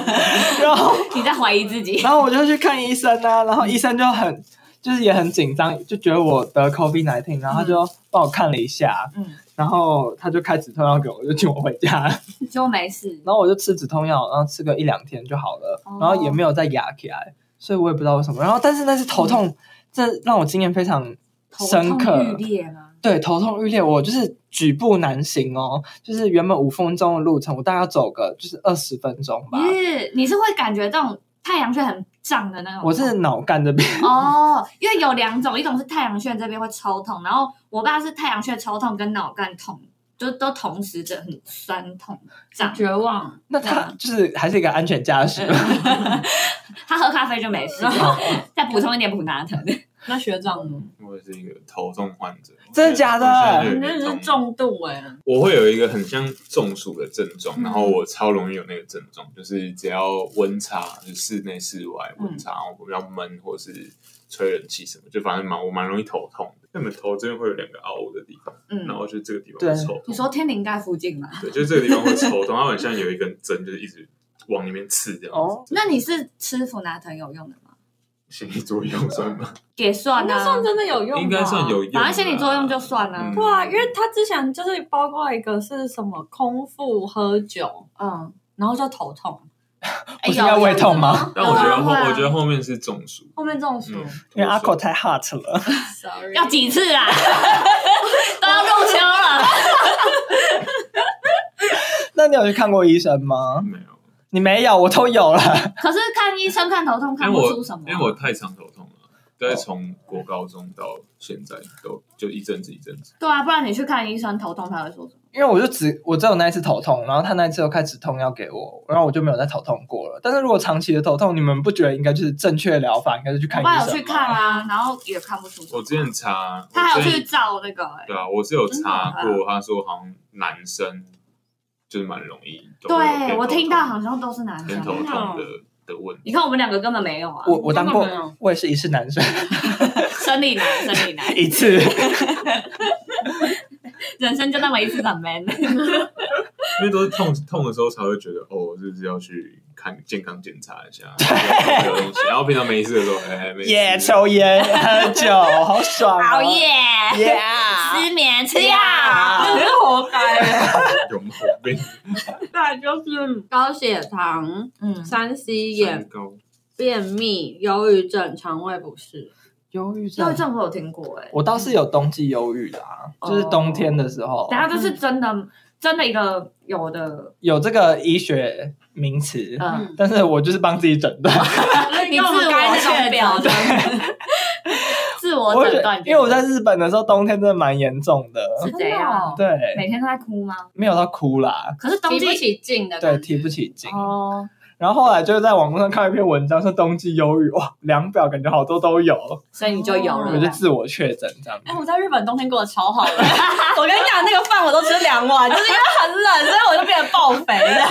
[SPEAKER 2] 然后
[SPEAKER 3] 你在怀疑自己？
[SPEAKER 2] 然后我就去看医生啊，然后医生就很就是也很紧张，就觉得我得 COVID nineteen，然后他就帮我看了一下，
[SPEAKER 3] 嗯，
[SPEAKER 2] 然后他就开止痛药给我，就请我回家了，
[SPEAKER 3] 就没事。
[SPEAKER 2] 然后我就吃止痛药，然后吃个一两天就好了，
[SPEAKER 3] 哦
[SPEAKER 2] 然后也没有再压起来，所以我也不知道为什么。然后但是那次头痛，这让我经验非常
[SPEAKER 3] 嗯头
[SPEAKER 2] 深
[SPEAKER 3] 痛
[SPEAKER 2] 刻
[SPEAKER 3] 欲。裂吗？
[SPEAKER 2] 对，头痛欲裂，我就是举步难行哦。就是原本五分钟的路程，我大概要走个就是二十分钟吧。
[SPEAKER 3] 你是你是会感觉这种太阳穴很胀的那种？
[SPEAKER 2] 我是脑干这边，
[SPEAKER 3] 哦，因为有两种，一种是太阳穴这边会抽痛，然后我爸是太阳穴抽痛跟脑干痛，就都同时的很酸痛胀。
[SPEAKER 5] 绝望，
[SPEAKER 2] 那
[SPEAKER 3] 嗯
[SPEAKER 2] 它就是还是一个安全驾驶。
[SPEAKER 3] 他喝咖啡就没
[SPEAKER 2] 嗯
[SPEAKER 3] 事， 再补充一点普拿疼。
[SPEAKER 5] 那学长呢？
[SPEAKER 4] 我也是一个头痛患者，
[SPEAKER 2] 真的假的
[SPEAKER 4] 我
[SPEAKER 5] 你
[SPEAKER 4] 现在
[SPEAKER 5] 那
[SPEAKER 4] 有
[SPEAKER 5] 是
[SPEAKER 4] 点
[SPEAKER 5] 重度哎、
[SPEAKER 4] 我会有一个很像中暑的症状，
[SPEAKER 3] 嗯
[SPEAKER 4] 然后我超容易有那个症状，就是只要温差，就是室内室外
[SPEAKER 3] 嗯
[SPEAKER 4] 温差，然后比较闷或是吹冷气什么，就反正蛮我蛮容易头痛的。那你们头这边会有两个凹的地方，
[SPEAKER 3] 嗯
[SPEAKER 4] 然，后就这个地方
[SPEAKER 2] 对
[SPEAKER 4] 会抽痛。
[SPEAKER 3] 你说天灵盖附近吗？
[SPEAKER 4] 对，就是这个地方会抽痛，它 很像有一根针，就是一直往里面刺这样子。
[SPEAKER 2] 哦
[SPEAKER 3] 那你是吃普拿疼有用的吗？
[SPEAKER 4] 心理作用算吗？
[SPEAKER 3] 也算
[SPEAKER 5] 那算
[SPEAKER 3] 啊，
[SPEAKER 5] 真的有用吧，
[SPEAKER 4] 应该算有用啦，啊
[SPEAKER 3] 反正心理作用就算了。
[SPEAKER 2] 嗯
[SPEAKER 5] 对啊，因为他之前就是包括一个是什么空腹喝酒，
[SPEAKER 3] 嗯，
[SPEAKER 5] 然后就头痛，
[SPEAKER 3] 哎
[SPEAKER 2] 不是应该胃痛吗？
[SPEAKER 3] 有有
[SPEAKER 4] 但我觉得
[SPEAKER 3] 有
[SPEAKER 4] 后，
[SPEAKER 3] 啊
[SPEAKER 4] 我觉得后面是中暑，
[SPEAKER 5] 后面中暑、
[SPEAKER 4] 嗯，
[SPEAKER 2] 因为阿狗太 hot 了，
[SPEAKER 5] s o r r y
[SPEAKER 3] 要几次啊？ 都要中秋了，
[SPEAKER 2] 那你有去看过医生吗？
[SPEAKER 4] 没有，
[SPEAKER 2] 你没有，我都有了。
[SPEAKER 3] 可是看医生看头痛
[SPEAKER 4] 因为
[SPEAKER 3] 看不
[SPEAKER 4] 我
[SPEAKER 3] 出什么啊，
[SPEAKER 4] 因为我太常头痛了，大
[SPEAKER 2] 哦
[SPEAKER 4] 概从国高中到现在都就一阵子一阵子。
[SPEAKER 3] 对啊，不然你去看医生头痛他会说什么？
[SPEAKER 2] 因为我就只我只有那一次头痛，然后他那一次又开止痛药给我，然后我就没有再头痛过了。但是如果长期的头痛，你们不觉得应该就是正确的疗法应该是去看
[SPEAKER 3] 我
[SPEAKER 2] 医生
[SPEAKER 3] 爸
[SPEAKER 2] 吗？
[SPEAKER 3] 有去看啊，然后也看不出什么
[SPEAKER 4] 我之前查，
[SPEAKER 3] 他还
[SPEAKER 4] 我
[SPEAKER 3] 有
[SPEAKER 4] 之
[SPEAKER 3] 去
[SPEAKER 4] 前
[SPEAKER 3] 照那个、欸
[SPEAKER 4] 对啊，我是有查
[SPEAKER 3] 真
[SPEAKER 4] 过，他说好像男生就是蛮容易都会有偏头
[SPEAKER 3] 对
[SPEAKER 4] 痛，
[SPEAKER 3] 我听到好像都是男
[SPEAKER 4] 偏
[SPEAKER 3] 生。
[SPEAKER 4] 头痛的
[SPEAKER 5] 真
[SPEAKER 4] 的问题。
[SPEAKER 3] 你看我们两个根本没有啊，
[SPEAKER 2] 我我当过
[SPEAKER 5] 真的没有，
[SPEAKER 2] 我也是一世男生
[SPEAKER 3] 生理男，生理男，
[SPEAKER 2] 一次。
[SPEAKER 3] 人生就那么一次，很 man。
[SPEAKER 4] 因为都是痛痛的时候才会觉得哦，是不是要去看健康检查 一下？有东西然后平常没事的时候，哎，没事。
[SPEAKER 2] 耶、抽烟、喝酒，好爽、哦！
[SPEAKER 1] 熬夜、
[SPEAKER 2] 耶、
[SPEAKER 1] 失眠、吃药。
[SPEAKER 5] 真是活该欸，
[SPEAKER 4] 有毛病。
[SPEAKER 5] 再就是高血糖、
[SPEAKER 1] 嗯，
[SPEAKER 5] 三 C
[SPEAKER 4] 三
[SPEAKER 5] 眼、
[SPEAKER 4] 高，
[SPEAKER 5] 便秘、忧郁症、肠胃不适。
[SPEAKER 2] 忧郁
[SPEAKER 3] 忧郁
[SPEAKER 2] 症，
[SPEAKER 3] 症我有听过哎、欸，
[SPEAKER 2] 我倒是有冬季忧郁的啊，就是冬天的时候
[SPEAKER 3] 等下就是真的真的一个有的，
[SPEAKER 2] 有这个医学名词，
[SPEAKER 3] 嗯，
[SPEAKER 2] 但是我就是帮自己诊断。
[SPEAKER 3] 你
[SPEAKER 5] 跟我们
[SPEAKER 3] 自我
[SPEAKER 5] 刚才那种
[SPEAKER 3] 确
[SPEAKER 5] 表
[SPEAKER 3] 诊自我
[SPEAKER 2] 我觉
[SPEAKER 3] 哦诊
[SPEAKER 2] 得
[SPEAKER 3] 断，，
[SPEAKER 2] 因为我在日本的时候，冬天真的蛮严重的，
[SPEAKER 3] 是怎样？
[SPEAKER 2] 对，
[SPEAKER 3] 每天都在哭吗？
[SPEAKER 2] 没有到哭啦，
[SPEAKER 3] 可是冬
[SPEAKER 5] 提不
[SPEAKER 3] 季
[SPEAKER 5] 起劲的
[SPEAKER 2] 对，
[SPEAKER 5] 感
[SPEAKER 2] 提
[SPEAKER 5] 觉，
[SPEAKER 2] 不起劲。
[SPEAKER 3] 哦，
[SPEAKER 2] 然后后来就是在网络上看一篇文章，说冬季忧郁，哇，量表感觉好多都有，
[SPEAKER 3] 所以你就有
[SPEAKER 2] 我
[SPEAKER 3] 了
[SPEAKER 2] 就。自我确诊这样子
[SPEAKER 5] 哎、。我在日本冬天过得超好的，我跟你讲，那个饭我都吃两碗， 就是因为很冷，所以我就变得爆肥了，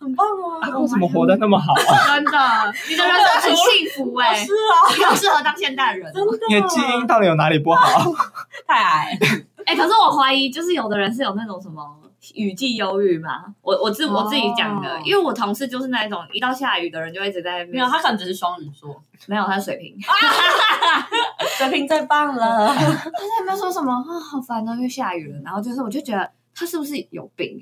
[SPEAKER 5] 很棒
[SPEAKER 3] 哎
[SPEAKER 5] 啊！
[SPEAKER 2] 啊，为什么活得那么好 啊？
[SPEAKER 3] 真的，你的人生很幸福哎、
[SPEAKER 5] 是啊，
[SPEAKER 3] 你好适合当现代人。
[SPEAKER 5] 真的，
[SPEAKER 2] 你的基因到底有哪里不好？
[SPEAKER 5] 太矮，
[SPEAKER 3] 哎、可是我怀疑，就是有的人是有那种什么雨季忧郁嘛。我我自我自己讲的，
[SPEAKER 5] 哦
[SPEAKER 3] 因为我同事就是那一种一到下雨的人就一直在那
[SPEAKER 5] 没有，
[SPEAKER 3] 边
[SPEAKER 5] 他可能只是双鱼座，
[SPEAKER 3] 没有他的水平，
[SPEAKER 5] 水瓶最棒了，
[SPEAKER 3] 他们说什么啊，好烦哦，因为下雨了。然后就是我就觉得他是不是有病？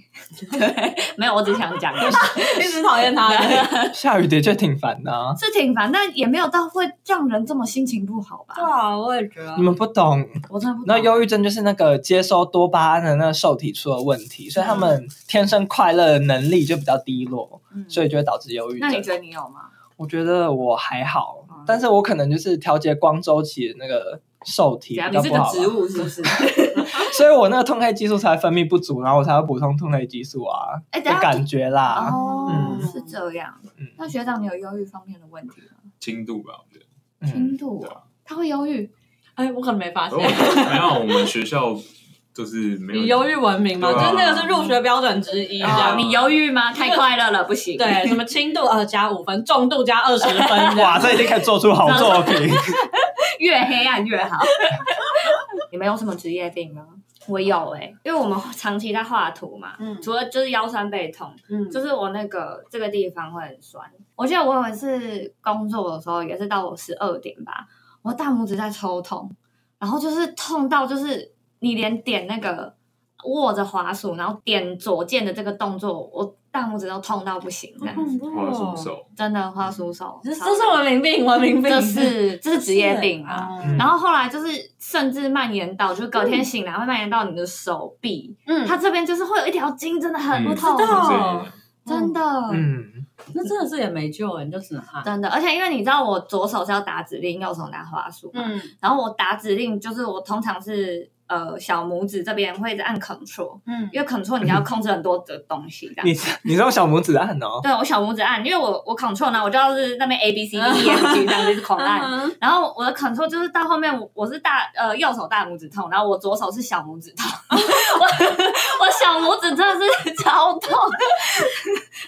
[SPEAKER 3] 对， 没有，我只想讲，
[SPEAKER 5] 一直讨厌 他的。
[SPEAKER 2] 下雨的确挺烦的、啊，
[SPEAKER 3] 是挺烦，但也没有到会让人这么心情不好吧？
[SPEAKER 5] 对啊，我也觉得
[SPEAKER 2] 你。们不懂。
[SPEAKER 3] 我真的不
[SPEAKER 2] 那
[SPEAKER 3] 懂。
[SPEAKER 2] 忧郁症就是那个接收多巴胺的那个受体出了问题，所以他们天生快乐的能力就比较低落，
[SPEAKER 3] 嗯
[SPEAKER 2] 所以就会导致忧郁
[SPEAKER 3] 那你
[SPEAKER 2] 症。
[SPEAKER 3] 觉得你有吗？
[SPEAKER 2] 我觉得我还好
[SPEAKER 3] 嗯，
[SPEAKER 2] 但是我可能就是调节光周期的那个受体
[SPEAKER 3] 对啊，
[SPEAKER 2] 比
[SPEAKER 3] 你
[SPEAKER 2] 较
[SPEAKER 3] 是
[SPEAKER 2] 不
[SPEAKER 3] 个
[SPEAKER 2] 好吧，
[SPEAKER 3] 植物是 不是？
[SPEAKER 2] 所以我那个褪黑激素才分泌不足，然后我才要补充褪黑激素啊
[SPEAKER 3] 哎
[SPEAKER 2] 的
[SPEAKER 3] 等一下
[SPEAKER 2] 感觉啦。
[SPEAKER 3] 哦
[SPEAKER 2] 嗯，
[SPEAKER 3] 是这样
[SPEAKER 2] 嗯。
[SPEAKER 3] 那学长，你有忧郁方面的问题吗？
[SPEAKER 4] 轻度吧，我觉得。
[SPEAKER 2] 嗯，
[SPEAKER 3] 轻度
[SPEAKER 4] 对
[SPEAKER 3] 哦，他会忧郁，
[SPEAKER 5] 哎，我可能没发
[SPEAKER 4] 而我
[SPEAKER 5] 现。
[SPEAKER 4] 没有，我们学校就是没有
[SPEAKER 5] 以忧郁闻名嘛，
[SPEAKER 4] 对啊
[SPEAKER 5] 就是那个是入学标准之一。这
[SPEAKER 2] 啊
[SPEAKER 3] 哦
[SPEAKER 5] 样
[SPEAKER 3] 你忧郁 吗？太快乐了，不行。
[SPEAKER 5] 对，什么轻度呃加五分，重度加二十分这样
[SPEAKER 2] 嗯哇，这已经可以做出好 作品。
[SPEAKER 3] 越黑暗越 好。 你们有什么职业病吗？我有哎、因为我们长期在画图嘛，
[SPEAKER 5] 嗯
[SPEAKER 3] 除了就是腰酸背痛，
[SPEAKER 5] 嗯，
[SPEAKER 3] 就是我那个这个地方会很酸。我记得我有一次工作的时候，也是到我十二点吧，我大拇指在抽痛，然后就是痛到就是你连点那个握着滑鼠，然后点左键的这个动作，我大拇指都痛到不行，这样
[SPEAKER 5] 恐怖
[SPEAKER 4] 花
[SPEAKER 5] 哦
[SPEAKER 4] 束，手，
[SPEAKER 3] 真的画鼠手，
[SPEAKER 5] 这这是文明病，文明病，
[SPEAKER 3] 这是这是职业病啊。
[SPEAKER 5] 啊
[SPEAKER 2] 嗯
[SPEAKER 3] 然后后来就是甚至蔓延到，就是隔天醒来会蔓延到你的手臂，
[SPEAKER 5] 嗯，
[SPEAKER 3] 它这边就是会有一条筋，真的很
[SPEAKER 4] 嗯
[SPEAKER 3] 痛，
[SPEAKER 5] 我知道
[SPEAKER 4] 这
[SPEAKER 3] 真的。
[SPEAKER 2] 嗯，
[SPEAKER 5] 那真的是也没救欸了，你就只能按。
[SPEAKER 3] 真的，而且因为你知道，我左手是要打指令，右手拿滑鼠嘛。
[SPEAKER 5] 嗯
[SPEAKER 3] 然后我打指令就是我通常是呃小拇指这边会一直按 Ctrl，
[SPEAKER 5] 嗯，
[SPEAKER 3] 因为 Ctrl 你要控制很多的东西的。
[SPEAKER 2] 你你是用小拇指按哦，
[SPEAKER 3] 对我小拇指按，因为我我 Ctrl 呢，我就要是那边 A B C D E F G 这样子一直狂按，
[SPEAKER 5] 嗯
[SPEAKER 3] 然后我的 control 就是到后面我我是大呃右手大拇指痛，然后我左手是小拇指 痛，我我小拇指真的是 超痛，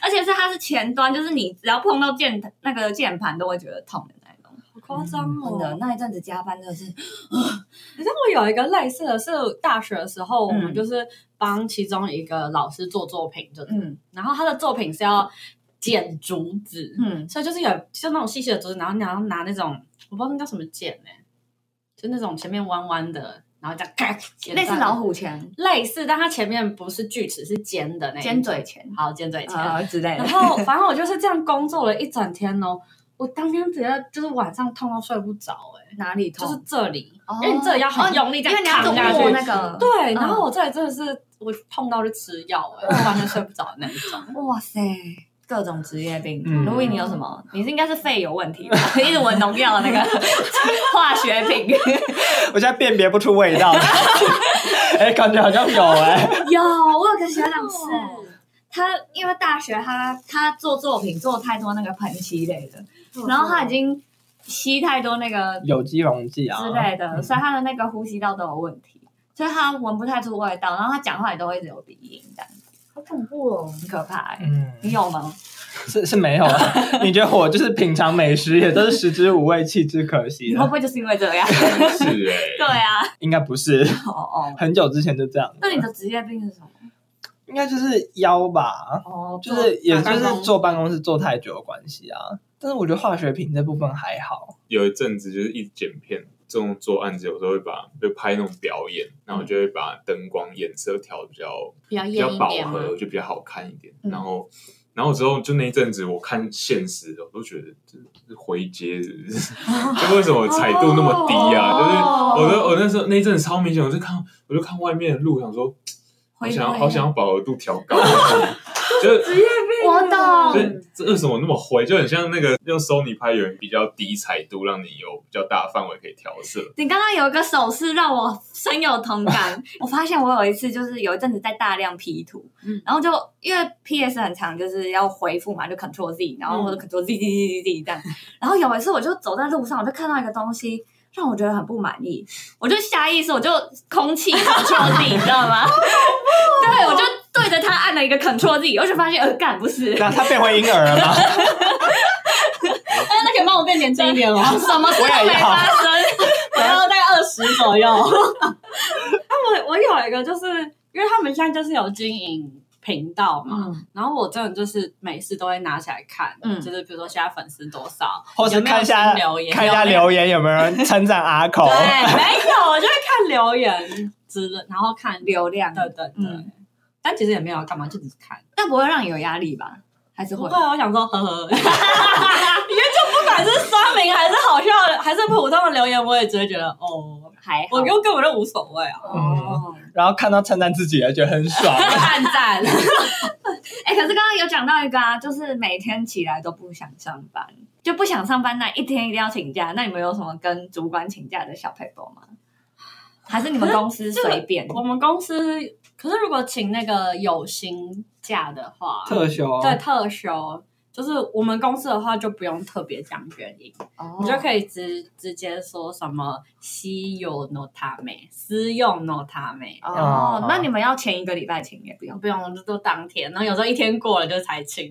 [SPEAKER 3] 而且是它是前端，就是你只要碰到键那个键盘都会觉得痛的那一种。
[SPEAKER 5] 好夸张
[SPEAKER 3] 真的
[SPEAKER 5] 哦！
[SPEAKER 3] 那一阵子加班真的是，
[SPEAKER 5] 你知道我有一个类似的是，大学的时候我
[SPEAKER 3] 嗯
[SPEAKER 5] 们就是帮其中一个老师做作品，就是
[SPEAKER 3] 嗯
[SPEAKER 5] 然后他的作品是要剪竹子，
[SPEAKER 3] 嗯，
[SPEAKER 5] 所以就是有就那种细细的竹子，然后你要拿那种我不知道那叫什么剪呢、就那种前面弯弯的，然后这样咔剪
[SPEAKER 3] 类似
[SPEAKER 5] 断
[SPEAKER 3] 老虎钳、
[SPEAKER 5] 类似，但它前面不是锯齿，是尖的那一
[SPEAKER 3] 尖嘴钳
[SPEAKER 5] 好尖嘴 钳。
[SPEAKER 3] 啊之类的
[SPEAKER 5] 然。后反正我就是这样工作了一整天哦，我当天直接就是晚上痛到睡不着、哎，
[SPEAKER 3] 哪里痛？
[SPEAKER 5] 就是这里，
[SPEAKER 3] 哦
[SPEAKER 5] 因为你这里要很用力这
[SPEAKER 3] 因为
[SPEAKER 5] 样
[SPEAKER 3] 你要
[SPEAKER 5] 扛
[SPEAKER 3] 动
[SPEAKER 5] 下
[SPEAKER 3] 过
[SPEAKER 5] 去。
[SPEAKER 3] 那个，
[SPEAKER 5] 对，然
[SPEAKER 3] 嗯
[SPEAKER 5] 后我这里真的是我痛到就吃药、哎，我完全睡不着的那一种。
[SPEAKER 3] 哇塞，各种职业病。
[SPEAKER 2] 嗯
[SPEAKER 3] 卢、易，你有什么？你是应该是肺有问题吧？ 一直闻农药的那 个化学品。
[SPEAKER 2] 我现在辨别不出味道。 哎，感觉好像有哎。
[SPEAKER 3] 有，我有个学长是
[SPEAKER 5] 哦，
[SPEAKER 3] 他因为大学他他做作品做太多那个喷漆类的，然后他已经吸太多那个
[SPEAKER 2] 有机溶剂啊
[SPEAKER 3] 之类的，
[SPEAKER 2] 嗯
[SPEAKER 3] 所以他的那个呼吸道都有问题，所以他闻不太出味道，然后他讲话也都会一直有鼻音，这样好恐怖哦，很可怕、欸。
[SPEAKER 2] 嗯，
[SPEAKER 3] 你有吗？
[SPEAKER 4] 啊
[SPEAKER 2] 是是没有啊。你觉得我就是品尝美食也都是食之无味，弃之可惜
[SPEAKER 3] 你会
[SPEAKER 2] 的
[SPEAKER 3] 不？会就是因为这样？
[SPEAKER 4] 样 是哎，
[SPEAKER 3] 对啊，
[SPEAKER 2] 应该不是，
[SPEAKER 3] 哦哦，
[SPEAKER 2] 很久之前就这样。
[SPEAKER 3] 那你的职业病是什么？
[SPEAKER 2] 应该就是腰吧，
[SPEAKER 5] 哦，
[SPEAKER 2] 就是也就
[SPEAKER 5] 办公
[SPEAKER 2] 是坐办公室坐太久的关系啊。但是我觉得化学品这部分还好，
[SPEAKER 4] 有一阵子就是一剪片这种做案子，有时候会把就拍那种表演，然后就会把灯光颜色调比较
[SPEAKER 6] 比较
[SPEAKER 4] 比
[SPEAKER 6] 艳
[SPEAKER 4] 较
[SPEAKER 6] 一
[SPEAKER 4] 饱
[SPEAKER 6] 点嘛。
[SPEAKER 4] 和，就比较好看一点。
[SPEAKER 6] 嗯
[SPEAKER 4] 然后，然后之后就那一阵子，我看现实，我都觉得这是回接是不是？ 就为什么彩度那么低啊？
[SPEAKER 3] 哦
[SPEAKER 4] 就是我都我那时候那一阵子超明显，我就看我就看外面的路，想说，我
[SPEAKER 3] 会
[SPEAKER 4] 想要
[SPEAKER 3] 会
[SPEAKER 4] 好想要饱和度调高，啊 就是
[SPEAKER 6] 我
[SPEAKER 4] 所
[SPEAKER 6] 懂，
[SPEAKER 4] 以这为什么那么灰？就很像那个用 Sony 拍有比较低彩度，让你有比较大范围可以调色。
[SPEAKER 3] 你刚刚有一个手势让我深有同 感。我发现我有一次就是有一阵子在大量 P 图，
[SPEAKER 6] 嗯
[SPEAKER 3] 然后就因为 PS 很长，就是要回复嘛，就 Ctrl Z，然后或者 Ctrl Z Z Z Z 这样。然后有一次我就走在路上，我就看到一个东西。让我觉得很不满意，我就下意识我就空气 Ctrl Z，你知道吗？对，我就对着它按了一个 Ctrl Z，我就发现呃，干不是，
[SPEAKER 2] 那它变回婴儿了吗？
[SPEAKER 5] 哎，那可以帮我变年轻一点吗？哦
[SPEAKER 3] 什么事
[SPEAKER 2] 我
[SPEAKER 3] 都
[SPEAKER 2] 也
[SPEAKER 3] 没
[SPEAKER 2] 要
[SPEAKER 3] 发生。
[SPEAKER 5] 我要在二十左右。啊，我我有一个，就是因为他们现在就是有经营频道嘛，
[SPEAKER 6] 嗯，
[SPEAKER 5] 然后我真的就是每次都会拿起来看，
[SPEAKER 3] 嗯
[SPEAKER 5] 就是比如说现在粉丝多少，
[SPEAKER 2] 或是
[SPEAKER 5] 有没有
[SPEAKER 2] 看一下
[SPEAKER 5] 新留言，
[SPEAKER 2] 看一下
[SPEAKER 5] 有没有
[SPEAKER 2] 留言有没有人称赞阿口？
[SPEAKER 5] 对，没有，我就会看留言之类，然后看流量，对对对。
[SPEAKER 3] 嗯
[SPEAKER 5] 但其实也没有要干嘛，就只是看。
[SPEAKER 3] 但不会让你有压力吧？还是
[SPEAKER 5] 不
[SPEAKER 3] 会
[SPEAKER 5] 会，？啊我想说，呵呵，因 为就不管是刷名还是好笑的，还是普通的留言，我也只会觉得哦，
[SPEAKER 3] 还好
[SPEAKER 5] 我又根本就无所谓啊，
[SPEAKER 3] 哦。
[SPEAKER 2] 然后看到称赞自己也觉得很爽。
[SPEAKER 5] 暗
[SPEAKER 3] 哎、
[SPEAKER 5] 赞。
[SPEAKER 3] 可是刚刚有讲到一个啊，就是每天起来都不想上班，就不想上班那一天一定要请假。那你们有什么跟主管请假的小 paper 吗？还是你们公司随便？
[SPEAKER 5] 我们公司，可是如果请那个有薪假的话，
[SPEAKER 2] 特休，
[SPEAKER 5] 对特休，就是我们公司的话就不用特别讲原因，
[SPEAKER 3] 哦
[SPEAKER 5] 你就可以直直接说什么私有 no 他妹，私用 no 他妹，
[SPEAKER 3] 哦，那你们要前一个礼拜请也不用。
[SPEAKER 5] 不用我们就都当天，然后有时候一天过了就才请。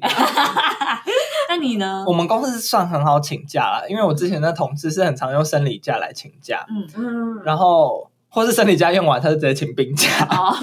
[SPEAKER 3] 那你呢？
[SPEAKER 2] 我们公司算很好请假了，因为我之前的同事是很常用生理假来请假，
[SPEAKER 3] 嗯，
[SPEAKER 6] 嗯，
[SPEAKER 2] 然后或是生理假用完，他就直接请病假，
[SPEAKER 3] 哦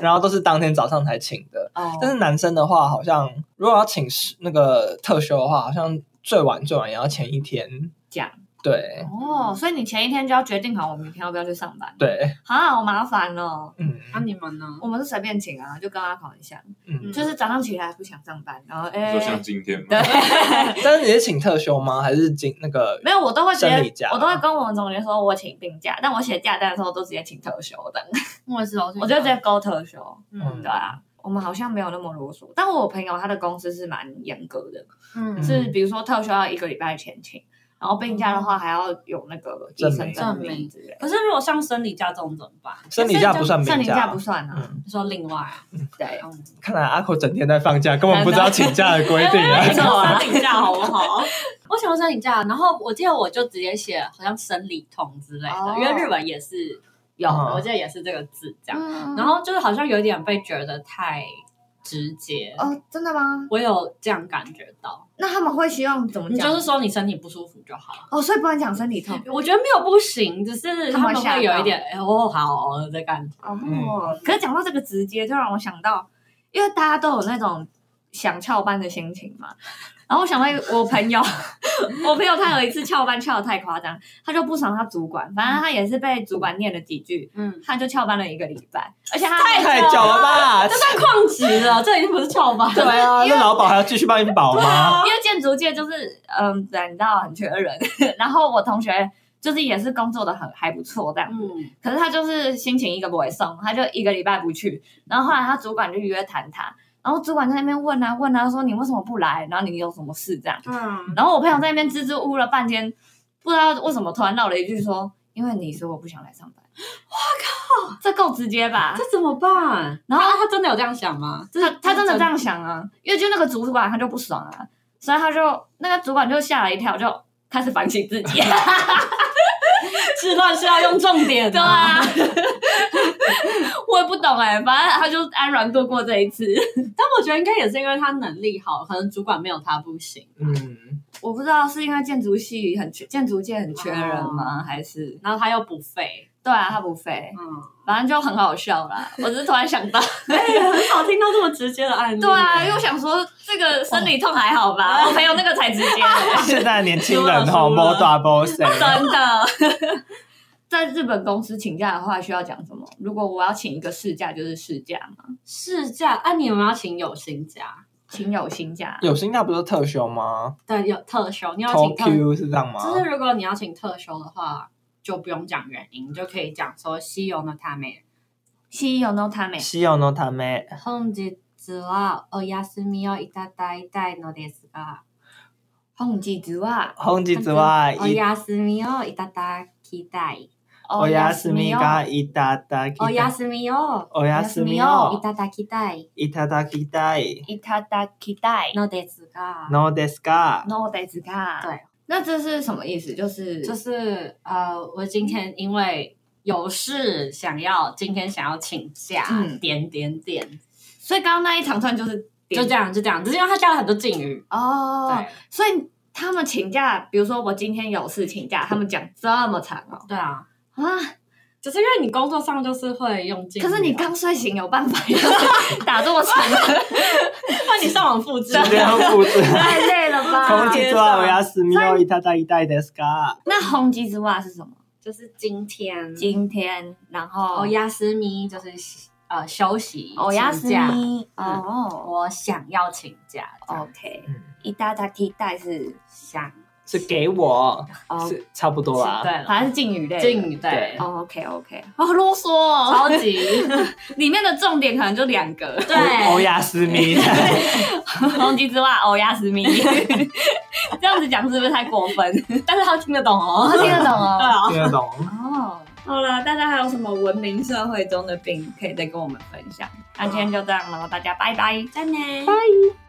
[SPEAKER 2] 然后都是当天早上才请的。
[SPEAKER 3] 哦，
[SPEAKER 2] 但是男生的话，好像如果要请是那个特休的话，好像最晚最晚也要前一天
[SPEAKER 3] 假。
[SPEAKER 2] 对
[SPEAKER 3] 哦，所以你前一天就要决定好我明天要不要去上班。
[SPEAKER 2] 对，
[SPEAKER 3] 啊，好麻烦哦。
[SPEAKER 2] 嗯
[SPEAKER 5] 那、你们呢？
[SPEAKER 3] 我们是随便请啊，就跟阿考一下，
[SPEAKER 2] 嗯。
[SPEAKER 3] 就是早上起来不想上班，然后哎
[SPEAKER 4] 你说，像今天吗？
[SPEAKER 3] 对，
[SPEAKER 2] 哎但是你是请特休吗？还是请那个？
[SPEAKER 3] 没有，我都会直接
[SPEAKER 2] 生理假，
[SPEAKER 3] 我都会跟我们总监说我请病假，但我写假单的时候都直接请特休的，
[SPEAKER 5] 我也是，我
[SPEAKER 3] 我就直接勾特休。
[SPEAKER 2] 嗯
[SPEAKER 3] 对啊，我们好像没有那么啰嗦，但我朋友他的公司是蛮严格的，
[SPEAKER 5] 嗯
[SPEAKER 3] 是比如说特休要一个礼拜前请，然后病假的话还要有那个医生
[SPEAKER 5] 证
[SPEAKER 3] 证
[SPEAKER 5] 明
[SPEAKER 3] 明之类的。
[SPEAKER 5] 可是如果像生理假这种怎么办？
[SPEAKER 2] 生理假不算
[SPEAKER 3] 生
[SPEAKER 2] 病
[SPEAKER 3] 理假
[SPEAKER 2] 假
[SPEAKER 3] 不。算啊，
[SPEAKER 2] 嗯，
[SPEAKER 5] 你说另外啊，
[SPEAKER 3] 对，
[SPEAKER 2] 看来阿口整天在放假，根本不知道请假的规定啊
[SPEAKER 3] 没错啊
[SPEAKER 5] 生理假好不好？ 我想要生理假，然后我记得我就直接写好像生理痛之类的，
[SPEAKER 3] 哦
[SPEAKER 5] 因为日本也是有，
[SPEAKER 2] 嗯
[SPEAKER 5] 我记得也是这个字这样。
[SPEAKER 3] 嗯
[SPEAKER 5] 然后就是好像有点被觉得太直接，
[SPEAKER 3] 哦，真的吗？
[SPEAKER 5] 我有这样感觉到。
[SPEAKER 3] 那他们会希望怎么
[SPEAKER 5] 你
[SPEAKER 3] 讲？
[SPEAKER 5] 就是说你身体不舒服就好了，
[SPEAKER 3] 哦，所以不能讲身体痛
[SPEAKER 5] 我觉得没有不行，只是他们会有一点哎哦好哦的感觉。
[SPEAKER 3] 哦。
[SPEAKER 2] 嗯
[SPEAKER 3] 可是讲到这个直接，就让我想到，因为大家都有那种想翘班的心情嘛。然后我想到一个我朋友， 我朋友他有一次翘班翘的太夸张，他就不爽他主管，反正他也是被主管念了几句，
[SPEAKER 5] 嗯，
[SPEAKER 3] 他就翘班了一个礼拜，而且他
[SPEAKER 2] 太久了吧？
[SPEAKER 5] 这算旷职了，这已经不是翘班。
[SPEAKER 2] 对啊，那劳保还要继续帮你 保吗？
[SPEAKER 3] 因为建筑界就是，嗯，对，你知道很缺人。 然后我同学就是也是工作的很还不错这样，
[SPEAKER 5] 嗯，
[SPEAKER 3] 可是他就是心情一个不会送，他就一个礼拜不去。然后后来他主管就约谈他，然后主管在那边问啊问啊，说你为什么不来？然后你有什么事这样？
[SPEAKER 5] 嗯，
[SPEAKER 3] 然后我朋友在那边支支吾吾了半天，不知道为什么突然闹了一句说，因为你说我不想来上班。我靠，这够直接吧？
[SPEAKER 5] 这怎么办？
[SPEAKER 3] 然后
[SPEAKER 5] 他他真的有这样想吗？
[SPEAKER 3] 他他真的
[SPEAKER 5] 这
[SPEAKER 3] 这样想啊，因为就那个主管他就不爽啊，所以他就那个主管就吓了一跳，就开始反省自 己。
[SPEAKER 5] 吃饭是要用重点
[SPEAKER 3] 对
[SPEAKER 5] 的、
[SPEAKER 3] 啊，我也不懂哎、反正他就安然度过这一次。
[SPEAKER 5] 但我觉得应该也是因为他能力好，可能主管没有他不行。
[SPEAKER 2] 嗯，
[SPEAKER 3] 我
[SPEAKER 2] 哦
[SPEAKER 3] 不知道是因为建筑系很缺，建筑界很缺人吗？还是
[SPEAKER 5] 然后他又不废，
[SPEAKER 3] 对啊，他不飞，
[SPEAKER 5] 嗯，
[SPEAKER 3] 反正就很好笑啦。我只是突然想 到，
[SPEAKER 5] 哎很少听到这么直接的案例。
[SPEAKER 3] 对啊，因为我想说这个生理痛还好
[SPEAKER 2] 哦
[SPEAKER 3] 吧，我朋友那个才直接的。
[SPEAKER 2] 现在年轻人
[SPEAKER 5] 输了
[SPEAKER 2] 哈，
[SPEAKER 5] 输
[SPEAKER 2] 摸
[SPEAKER 5] 了
[SPEAKER 2] 大波谁？
[SPEAKER 3] 真的。在日本公司请假的话，需要讲什么？如果我要请一个事假，就是事假嘛，
[SPEAKER 5] 试假，啊，你有没有请有薪假？
[SPEAKER 3] 请有薪假。
[SPEAKER 2] 有薪假不是特休吗
[SPEAKER 5] 对，有特休，你要请特，
[SPEAKER 2] ？Tokyo 是这样吗？
[SPEAKER 5] 就是如果你要请特休的话，就不用讲原因，你就可以讲说西游呢他没
[SPEAKER 3] 西有 no time，
[SPEAKER 2] 西洋のため，
[SPEAKER 5] 本日はお休みをいただいたいのですが。
[SPEAKER 3] 红记之外，
[SPEAKER 2] 本日
[SPEAKER 3] 哦
[SPEAKER 2] は
[SPEAKER 5] お休みをいただきたい。
[SPEAKER 2] お休みがいただき
[SPEAKER 5] お
[SPEAKER 2] たい。
[SPEAKER 5] 休みを
[SPEAKER 2] お休み
[SPEAKER 5] い
[SPEAKER 2] を
[SPEAKER 5] ただきたい
[SPEAKER 2] いただきたい
[SPEAKER 3] いただきたい。
[SPEAKER 5] のですが，
[SPEAKER 2] のですか？
[SPEAKER 3] no days が
[SPEAKER 5] 对，
[SPEAKER 3] 那这是什么意思？就是
[SPEAKER 5] 就是呃，我今天因为有事想要今天想要请假，
[SPEAKER 3] 嗯
[SPEAKER 5] 点点点，
[SPEAKER 3] 所以刚刚那一长串就是
[SPEAKER 5] 就这样就这样，只是因为他加了很多敬语。
[SPEAKER 3] 哦
[SPEAKER 5] 对，
[SPEAKER 3] 所以他们请假，比如说我今天有事请假，他们讲这么长哦
[SPEAKER 5] 对啊，
[SPEAKER 3] 啊！
[SPEAKER 5] 就是因为你工作上就是会用敬语啊，
[SPEAKER 3] 可是你刚睡醒，有办法打这么长吗？
[SPEAKER 5] 那你上网复制，啊
[SPEAKER 2] 这样复制。
[SPEAKER 3] 太累了吧？
[SPEAKER 2] 本日はお休みをいただきたいですか？
[SPEAKER 3] 那红吉之袜是什么？
[SPEAKER 5] 就是今天
[SPEAKER 3] 今天，然后
[SPEAKER 5] 哦亚斯咪就是呃休息
[SPEAKER 3] 欧亚斯
[SPEAKER 5] 请假，嗯
[SPEAKER 3] 米哦
[SPEAKER 5] 我想要请假哦，
[SPEAKER 3] ，OK，
[SPEAKER 2] 嗯
[SPEAKER 3] 一大大替代是
[SPEAKER 5] 想
[SPEAKER 2] 是给我，
[SPEAKER 3] 哦，
[SPEAKER 2] 是差不多啦。
[SPEAKER 5] 对了，
[SPEAKER 3] 反正是敬语类的。
[SPEAKER 5] 敬语对
[SPEAKER 2] 对。
[SPEAKER 3] 哦，OK OK，好啰嗦哦，
[SPEAKER 5] 超 级
[SPEAKER 3] 里面的重点可能就两个，
[SPEAKER 2] おお休み。
[SPEAKER 3] 红吉之哦袜，欧亚 斯米，这样子讲是不是太过分？
[SPEAKER 5] 但是他听得懂哦
[SPEAKER 3] 我听得懂
[SPEAKER 5] 对
[SPEAKER 3] 哦。
[SPEAKER 5] 啊，
[SPEAKER 2] 听得懂？
[SPEAKER 3] 哦，好了，大家还有什么文明社会中的病可以再跟我们分享？那今天就这样了，大家拜拜，再见。
[SPEAKER 5] 真的。